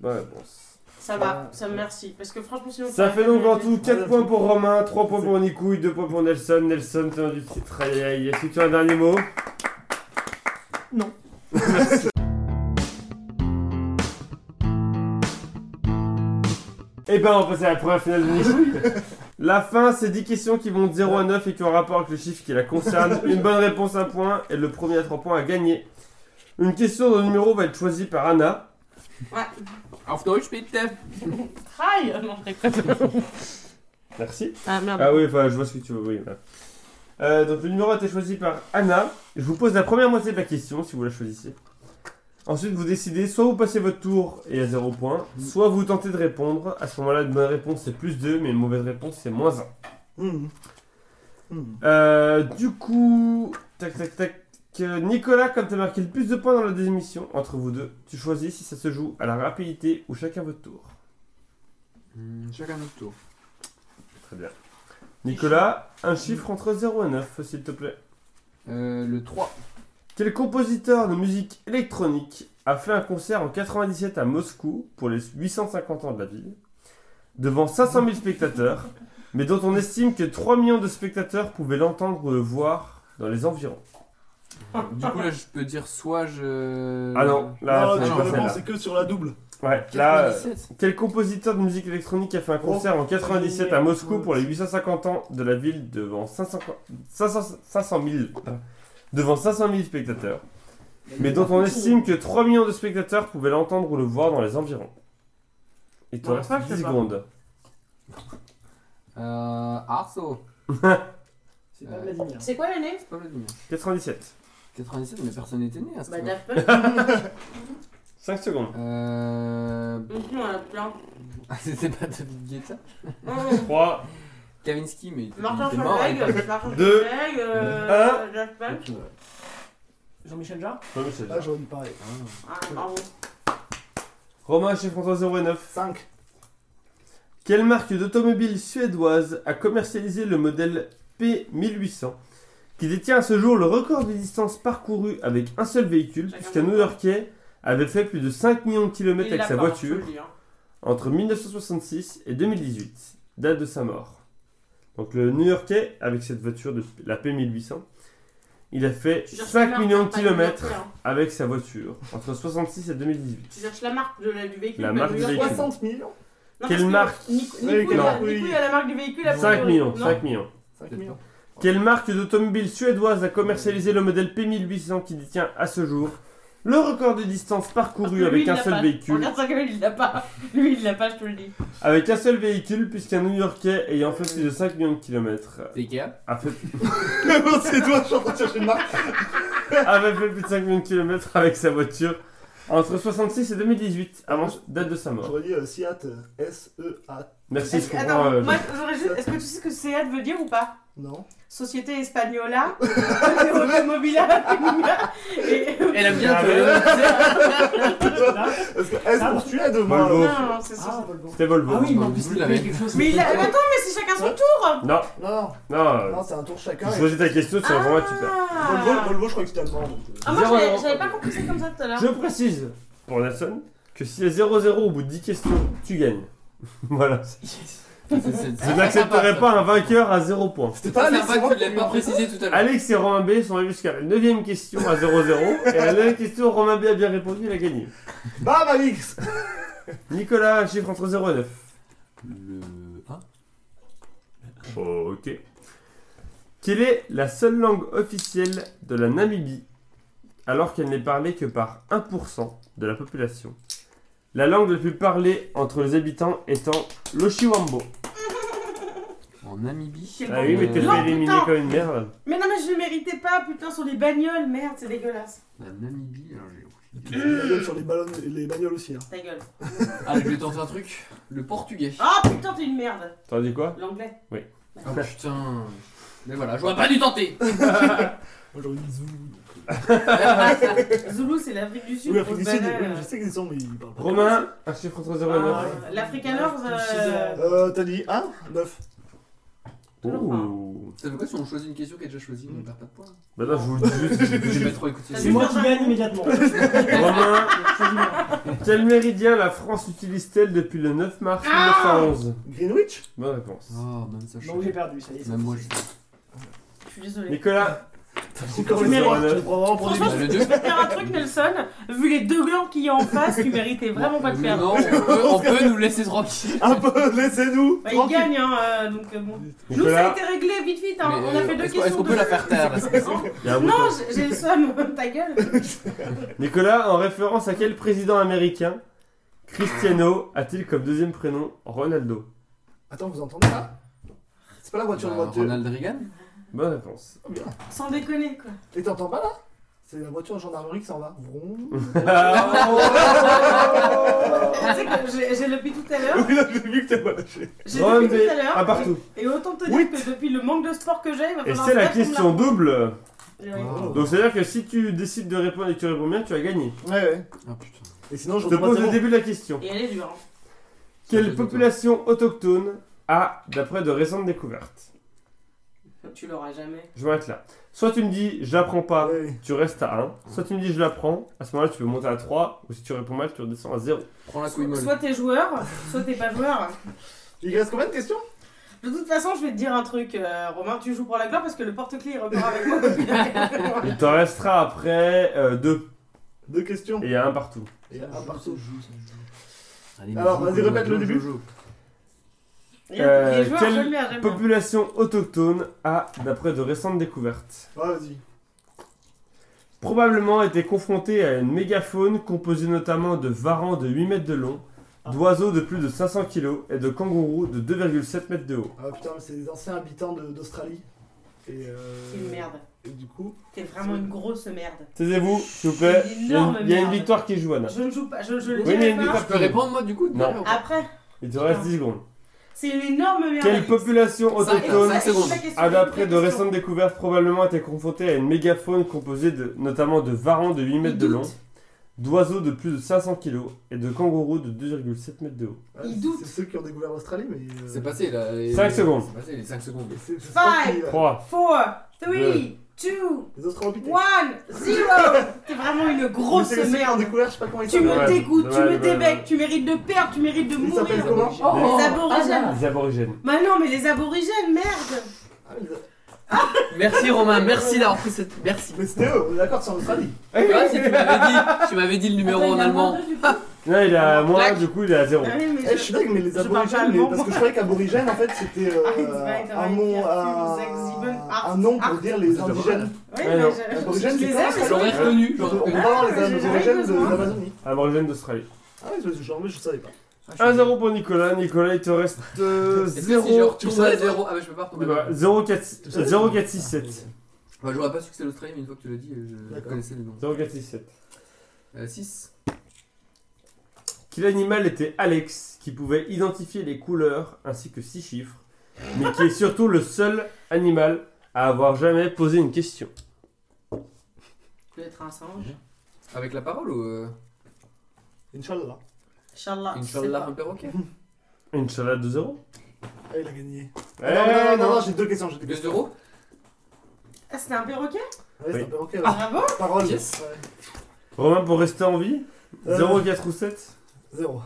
Bonne réponse.
Ça va, ça me merci. Parce que franchement, sinon.
Ça fait donc en tout 4 points pour Romain, 3 points
C'est-
pour Nicouille, 2 points pour Nelson. Nelson, tenant du titre. Aïe, aïe, aïe. Est-ce que tu as un dernier mot Eh ben, on passe à la première finale de Nicouille. La fin, c'est 10 questions qui vont de 0 à 9 et qui ont rapport avec le chiffre qui la concerne. Une bonne réponse, un point, et le premier à 3 points à gagner. Une question dont le numéro va être choisi par Anna.
Auf Deutsch, bitte.
Traille Non, je rigole.
Merci.
Ah merde.
Ah oui, enfin, je vois ce que tu veux, oui. voilà. Euh, donc le numéro a été choisi par Anna. Je vous pose la première moitié de la question, si vous la choisissez. Ensuite, vous décidez, soit vous passez votre tour et à 0 point, soit vous tentez de répondre. À ce moment-là, une bonne réponse c'est plus 2, mais une mauvaise réponse c'est moins 1.
Hum. Hum.
Euh, du coup, tac tac tac. euh, Nicolas, comme t'as marqué le plus de points dans la deuxième mission, entre vous deux, tu choisis si ça se joue à la rapidité ou chacun votre tour.
Hmm, Chacun notre tour.
Très bien. Nicolas, un chiffre entre 0 et 9, s'il te plaît.
Euh, le 3.
Quel compositeur de musique électronique a fait un concert en 97 à Moscou pour les 850 ans de la ville, devant 500 000 spectateurs, mais dont on estime que 3 millions de spectateurs pouvaient l'entendre ou le voir dans les environs
Du coup, là, je peux dire soit je.
Ah non, là,
non,
c'est
tu
non,
peux
pas
répondre,
celle-là.
c'est que sur la double.
Ouais, là, euh,
97.
quel compositeur de musique électronique a fait un concert en 97 à Moscou pour les 850 ans de la ville devant 500, 500 500 000 euh, devant 500 000 spectateurs mais dont on estime que 3 millions de spectateurs pouvaient l'entendre ou le voir dans les environs. Il te
Bon,
reste
ça, je
10
sais pas.
secondes.
Euh, Arso. Euh,
C'est pas Vladimir.
C'est quoi l'année
C'est pas Vladimir.
97.
97, mais personne n'était né à ce
Bah,
moment-là.
Daft Punk.
5 secondes.
Euh.
Mhm, on en a plein.
Ah, c'était pas David Guetta
Mhm.
3.
Kavinsky, mais. il était- il
Martin
était mort, hein.
Solveig, Martin
Deux.
Solveig, euh, Daft Punk.
Jean-Michel Jarre
Là, j'aurais dit pareil.
Ah, bravo.
Romain chez François 09.
5.
Quelle marque d'automobile suédoise a commercialisé le modèle P1800 qui détient à ce jour le record des distances parcourues avec un seul véhicule
Chacun
puisqu'un
votre
New-Yorkais avait fait plus de 5 millions de kilomètres
Il
avec
l'a
sa
pas,
voiture
je te le dis, hein.
entre 1966 et 2018, date de sa mort. Donc le New-Yorkais, avec cette voiture de la P1800, il a fait
Tu cherches
5
la
millions de
marque, pas le
kilomètres
moteur, hein.
avec sa voiture, entre 66 et 2018.
Tu cherches la marque de la- du véhicule.
La
pas
marque
le
du
moteur.
véhicule.
60 millions.
Non,
Quelle
parce que
marque
Nico,
Oui, quelle
Nico, il a-
marque, oui.
Nico, il a la marque du véhicule. la
5
voiture.
millions,
Non.
5 millions.
5 millions.
Quelle marque d'automobile suédoise a commercialisé le modèle P1800 qui détient à ce jour le record de distance
Parce que
parcourue
lui,
avec
il
un
l'a
seul
pas.
véhicule
Regarde ça comme il l'a pas. Lui, il l'a pas, je te le dis.
Avec un seul véhicule, puisqu'un New-Yorkais ayant fait plus de 5 millions de kilomètres
C'est Ikea
a fait
Non, c'est toi, je suis en train de chercher une marque.
avait fait plus de 5000 km avec sa voiture entre 66 et 2018, avant date de sa mort.
J'aurais dit euh, Seat euh, S-E-A.
Merci,
Est-ce
je
que-
comprends.
Attends,
euh,
moi, j'aurais juste. Est-ce que tu sais ce que CEAT veut dire ou pas
Non.
Société Espagnola, Automobila, et...
Elle aime bien
Ah,
te-
Parce que S pour Suède, moi.
Volvo.
Non, non, c'est ça.
Ah, Volvo.
C'était Volvo.
Ah oui, mais en
Vous
plus,
l'avez.
c'était quelque chose.
Mais il a-
c'était-
mais attends, mais c'est chacun son tour
Non,
Non,
non,
non,
euh,
Oh,
non, c'est un tour
tu
chacun. et-
choisis ta question, c'est vraiment tu perds.
Volvo, Volvo, je crois que c'était allemand. donc, euh,
Ah, moi,
Zéro,
j'avais-
zéro.
j'avais pas compris ça comme ça tout à l'heure.
Je précise pour Nelson que s'il y a 0-0 au bout de 10 questions, tu gagnes. voilà.
Ah,
C'est- c'est-
Je
c'est-
n'accepterai pas un vainqueur à 0 points.
C'était
Ah,
pas
mais
allé,
c'est
c'est
pas que
moi
tu
qui
l'as
l'ai
pas
pris.
précisé tout à l'heure.
Alex et Romain B sont allés jusqu'à la 9ème question à 0-0. et à la dernière question, Romain B a bien répondu, il a gagné.
Bam, Alix
Nicolas, un chiffre entre 0 et Ah. 9.
hein, Le 1
Ok. Quelle est la seule langue officielle de la Namibie, alors qu'elle n'est parlée que par 1% de la population La langue la plus parlée entre les habitants étant l'Oshiwambo.
En Namibie
Quel
Ah oui, mais t'es
Euh,
Non,
fait éliminer
putain.
comme une merde.
Mais non, mais je le méritais pas, putain, sur les bagnoles, merde, c'est dégueulasse.
La Namibie Alors j'ai aucune idée.
Les bagnoles sur les, ballons, les bagnoles aussi. Hein.
Ta gueule.
Ah, je vais tenter un truc. Le portugais.
Ah putain, t'es une merde.
T'as dit quoi
L'anglais.
Ah putain. Mais voilà, j'aurais pas dû tenter.
Moi j'aurais dit Zoulou.
Zoulou, c'est l'Afrique du Sud.
Oui, Afrique du
grosse
Sud,
banane.
euh.
oui, je sais que sont, mais ils parlent pas.
Romain, un chiffre entre 0 et 9.
Ah, L'Afrique à l'or, euh,
Euh, t'as dit 1 9.
Ouh.
Ça fait quoi si on choisit une question qui est déjà choisie On perd pas de points.
Bah là, je vous le dis juste.
J'ai pas trop écouté.
C'est moi qui gagne immédiatement.
Romain, quel méridien la France utilise-t-elle depuis le 9
Ah
mars 1911
Greenwich
Bonne réponse.
Oh, même ça, je
Donc j'ai perdu, ça y est.
Même moi, je
Je suis désolée.
Nicolas,
Encore
Tu
une
mérites.
fois, je le prends vraiment pour des
Franchement,
bah,
je
le
peux
deux.
te faire un truc, Nelson. Vu les deux glands qu'il y a en face, tu méritais vraiment pas de
Mais
perdre.
Non, on peut, on peut nous laisser tranquille.
Un peu, laissez-nous
Bah, il gagne, hein, euh, donc euh, bon. Nous, ça a
Nicolas,
été réglé vite, vite. Hein.
Mais,
On a
euh,
fait deux Ah,
est-ce qu'on-
questions.
Est-ce qu'on peut
de-
la faire taire là, cette question
il y a un
Non,
bouton.
j'ai- j'ai le seum, ta gueule.
Nicolas, en référence à quel président américain Cristiano a-t-il comme deuxième prénom Ronaldo
Attends, vous entendez là C'est pas la voiture de
Bah,
voiture.
Ronald Reagan
Bonne réponse.
Oh. Sans déconner, quoi.
Et t'entends pas là C'est la voiture de gendarmerie qui s'en va. Vroom.
Tu sais que j'ai j'ai le depuis tout à l'heure.
Oui, là, j'ai vu que t'as pas lâché.
J'ai
Rome
depuis
des-
tout à l'heure.
à partout.
Et, et autant te
Oui.
dire que depuis le manque de sport que j'ai, il va
Et
falloir.
c'est la
se battre
question Ah.
pour
double.
me
Ah.
la- Oui.
Donc c'est à dire que si tu décides de répondre et que tu réponds bien, tu as gagné.
Ouais, ouais.
Ah putain.
Et sinon, je
Je te
retourne
pose
à
le
zéro.
début de la question.
Et elle est dure. hein.
Quelle population autochtone a, d'après de récentes découvertes
Tu l'auras jamais.
Je m'arrête là. Soit tu me dis j'apprends pas,
Ouais, ouais.
tu restes à 1. Soit tu me dis je l'apprends, à ce moment-là tu peux monter à 3. Ou si tu réponds mal, tu redescends à 0.
Prends la couille molle.
Soit t'es joueur, soit t'es pas joueur.
Il reste combien de questions
De toute façon, je vais te dire un truc, euh, Romain, tu joues pour la gloire parce que le porte-clés il repart avec moi depuis la dernière fois.
Il t'en restera après 2.
Deux questions.
Et il y a un partout.
Et
euh,
un partout.
Allez,
Alors,
Jojo,
vas-y,
Jojo,
répète le
Jojo,
début.
Jojo.
Il y a- il y a
Euh,
joueur,
quel
je le mets à jamais.
Population autochtone a, d'après de récentes découvertes,
Ah, vas-y.
probablement été confrontée à une mégafaune composée notamment de varans de 8 mètres de long, d'oiseaux de plus de 500 kg et de kangourous de 2,7 mètres de haut.
Ah putain, mais c'est des anciens habitants de- d'Australie. Et euh.
Quelle merde.
Et du coup.
T'es vraiment une grosse merde.
Taisez-vous, s'il vous plaît.
C'est une
Il y a une,
énorme
il y a une
merde.
victoire qui joue, Anna.
Je ne joue pas, je, je le
Oui, mais
dirai
une
pas.
Je peux répondre moi du coup
Non.
derrière, ou pas
Après,
Il te reste 10 secondes.
c'est une énorme merde.
Quelle population
Et
autochtone
ça, c'est
secondes.
la question,
a Ah, d'après
la
de
question.
récentes découvertes probablement été confrontée à une mégafaune composée de, notamment de varans de 8 mètres de long, d'oiseaux de plus de 500 kg et de kangourous de 2,7 mètres de haut.
ah,
Il
c'est-
doute.
C'est ceux qui ont découvert l'Australie, mais. euh,
C'est passé là. les-
Cinq secondes.
C'est passé les 5 secondes.
et c'est- je sais pas qui,
Five,
euh,
3,
four, three, two,
Les Australopithèques.
one, zero. T'es vraiment une
Mais
grosse
c'est les ceux qui ont
merde.
découvert, je sais pas comment ils
Tu me
Ouais,
dégoûtes, tu
ouais,
me
ouais,
débec,
ouais.
tu mérites de perdre, tu mérites de
Ils s'appellent
mourir.
comment
Oh,
Les aborigènes.
les aborigènes.
Bah non, mais les aborigènes, merde
Ah, ils-
Merci Romain, merci d'avoir pris cette. Merci.
Mais c'était eux, on est d'accord, c'est en Australie.
Ouais, si tu m'avais dit, tu m'avais dit le numéro en allemand.
Non, il est à moins,
Clac.
du coup il est à 0.
Ah oui, mais
Eh,
je-
je suis dingue, mais les
je parle pas
aborigènes, mais-
allemand,
parce
moi.
que je croyais qu'aborigène en fait c'était euh,
Ah, il dirait
un,
qu'il y
nom, un-
a Fusex, Zibun,
un
Art,
nom pour
Art.
dire les indigènes.
Ah
Oui, mais
non.
je-
Aborigènes,
je
Eh c'est
les
quoi,
aime,
ça,
mais
J'aurais
oui.
reconnu.
On
j'aurais
va
reconnu.
voir les
Ah, j'ai jamais
aborigènes
eu
de
besoin.
l'Amazonie.
Aborigènes d'Australie.
Ah oui, je, je, je savais pas.
1-0 pour Nicolas. Nicolas, il te reste
Et puis, si je
0.
retourne à 0. Ah, bah je peux pas retourner.
0467.
Bah, j'aurais pas su que c'était l'Australie, mais une fois que tu l'as dit, euh, je
D'accord.
connaissais le nom. Euh,
0467.
6.
Quel animal était Alex qui pouvait identifier les couleurs ainsi que six chiffres, mais qui est surtout le seul animal à avoir jamais posé une question
Je vais être un singe.
Avec la parole ou. euh,
Inch'Allah.
Inch'Allah,
Inch'Allah.
un
Ah, c'est pas-
perroquet
Inch'Allah 2 0
Ah, il a gagné.
Eh
non, non, non, non,
non.
j'ai deux questions. J'ai deux
2
questions.
euros
Ah, c'était un perroquet
Ouais, c'est
Oui. Ah.
un peu ok.
Ah.
ouais.
Bravo
Parole.
Yes.
Ouais.
Romain, pour rester en vie
Euh.
0, 4 ou 7
Zéro.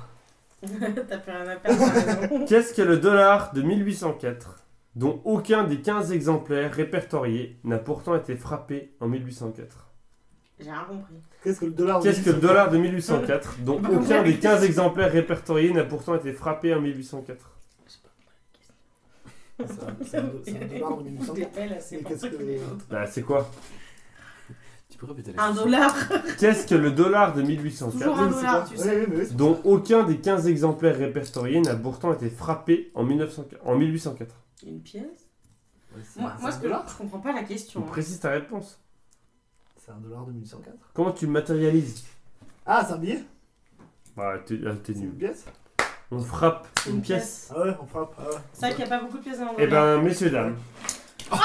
T'as fait un appel t'as raison.
Qu'est-ce que le dollar de 1804, dont aucun des 15 exemplaires répertoriés n'a pourtant été frappé en 1804
J'ai rien compris.
Qu'est-ce que le dollar
Qu'est-ce que le dollar de 1804, dont
Bah,
aucun
ouais.
des 15 exemplaires répertoriés n'a pourtant été frappé en 1804
C'est un- c'est un do- c'est un dollar en 1900.
appelle assez
Mais
bon.
qu'est-ce que.
Bah, c'est quoi
Tu peux répéter la
Un
question
dollar,
Qu'est-ce que le dollar de 1804
toujours un dollar, tu
Oui,
sais.
oui, mais oui, c'est pour
dont aucun des 15 exemplaires répertoriés n'a pourtant été frappé en, 1900 en 1804
Une pièce
Ouais, c'est-
Moi,
c'est
moi
un
ce que
dollar.
je comprends pas la
Tu
question. hein.
précises ta réponse.
ça. C'est un dollar de 1804.
Comment tu le matérialises
Ah, c'est un billet
Bah, t'es ah, t'es
C'est
nul.
une pièce
On frappe
C'est
une pièce.
Ah ouais, on frappe. Ah ouais.
C'est vrai qu'il n'y a pas beaucoup de pièces à
Eh
envoyer.
ben, messieurs, dames,
Non,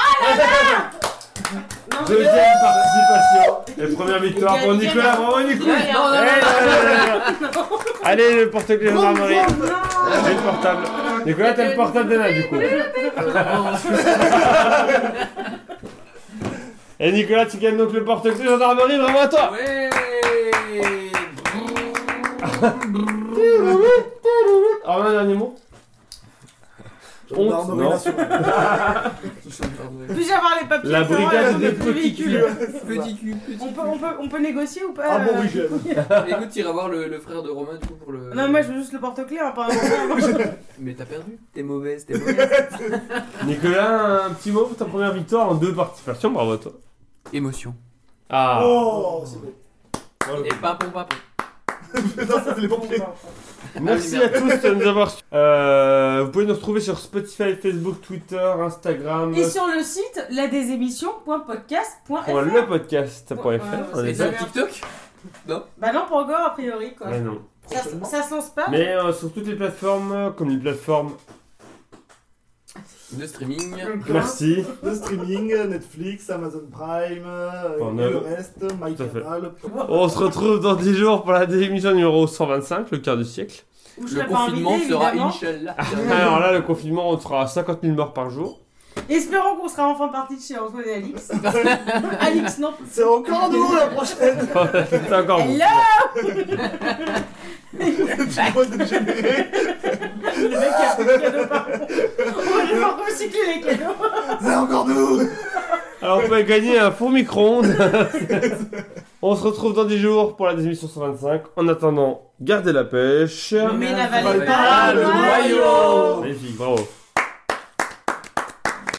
mais-
deuxième participation et première victoire pour
Égalité,
Nicolas.
là.
Bravo, Nicolas
Ouais, non, non,
Eh,
non,
là, là, là, là. Allez, le porte-clés
non,
gendarmerie.
non, non.
J'ai le portable. Nicolas, t'as le portable d'Anna, du coup.
Ah,
Et Nicolas, tu gagnes donc le porte-clés gendarmerie. Bravo à toi
Ouais
Alors, Ah, un dernier mot Honte, non.
Puis-je avoir les
Eh,
papiers
La
pour, euh,
brigade
le
des
petit
petits
véhicule
culs.
Petit cul, petit
On peut, on, peut, on peut négocier ou pas
Ah bon,
euh
oui, j'aime.
Écoute, t'iras voir le, le frère de Romain du coup pour le.
Non, moi je veux juste le porte-clés, hein, pas un
Mais t'as perdu. T'es mauvaise, t'es mauvaise.
Nicolas, un petit mot pour ta première victoire en deux participations. Bravo à toi.
Émotion.
Ah
Oh, c'est beau.
Et pimpon, pimpon.
Putain, ça, c'est les pompiers.
Merci à tous de nous avoir suivis. Euh, vous pouvez nous retrouver sur Spotify, Facebook, Twitter, Instagram.
Et sur le site ladesémissions.podcast.fr
Le podcast.fr.
Ah, Ouais, ouais,
on est
Et
c'est
bien.
sur
bien.
TikTok
Bah non, pas encore, a priori quoi.
Ouais, non.
Ça, ça se lance pas
Mais euh, sur toutes les plateformes, euh, comme les plateformes.
de streaming.
Merci.
Le streaming, euh, Netflix, Amazon Prime, euh, et
Pornhub.
le reste, MyCanal.
On se retrouve dans 10 jours pour la démission numéro 125, le quart du siècle.
Ou je
Le
serai pas
confinement
invité,
sera
évidemment.
Inch'Allah.
Alors là, le confinement, on fera 50 000 morts par jour.
Espérons qu'on sera enfin parti de chez Antoine et Alix. Alix, non.
C'est encore nous la prochaine
C'est encore bon.
Hello
Tu vois, dégénéré.
Le mec a fait le cadeau par contre. On va devoir recycler les cadeaux.
C'est encore nous
Alors on peut gagner un four micro-ondes. on se retrouve dans 10 jours pour la démission 125. En attendant, gardez Ah, la Ah, pêche.
Mais
Mais
n'avalez
n'avalez
pas
pas
Ah, le
le
noyau
noyau.
Magnifique, bravo.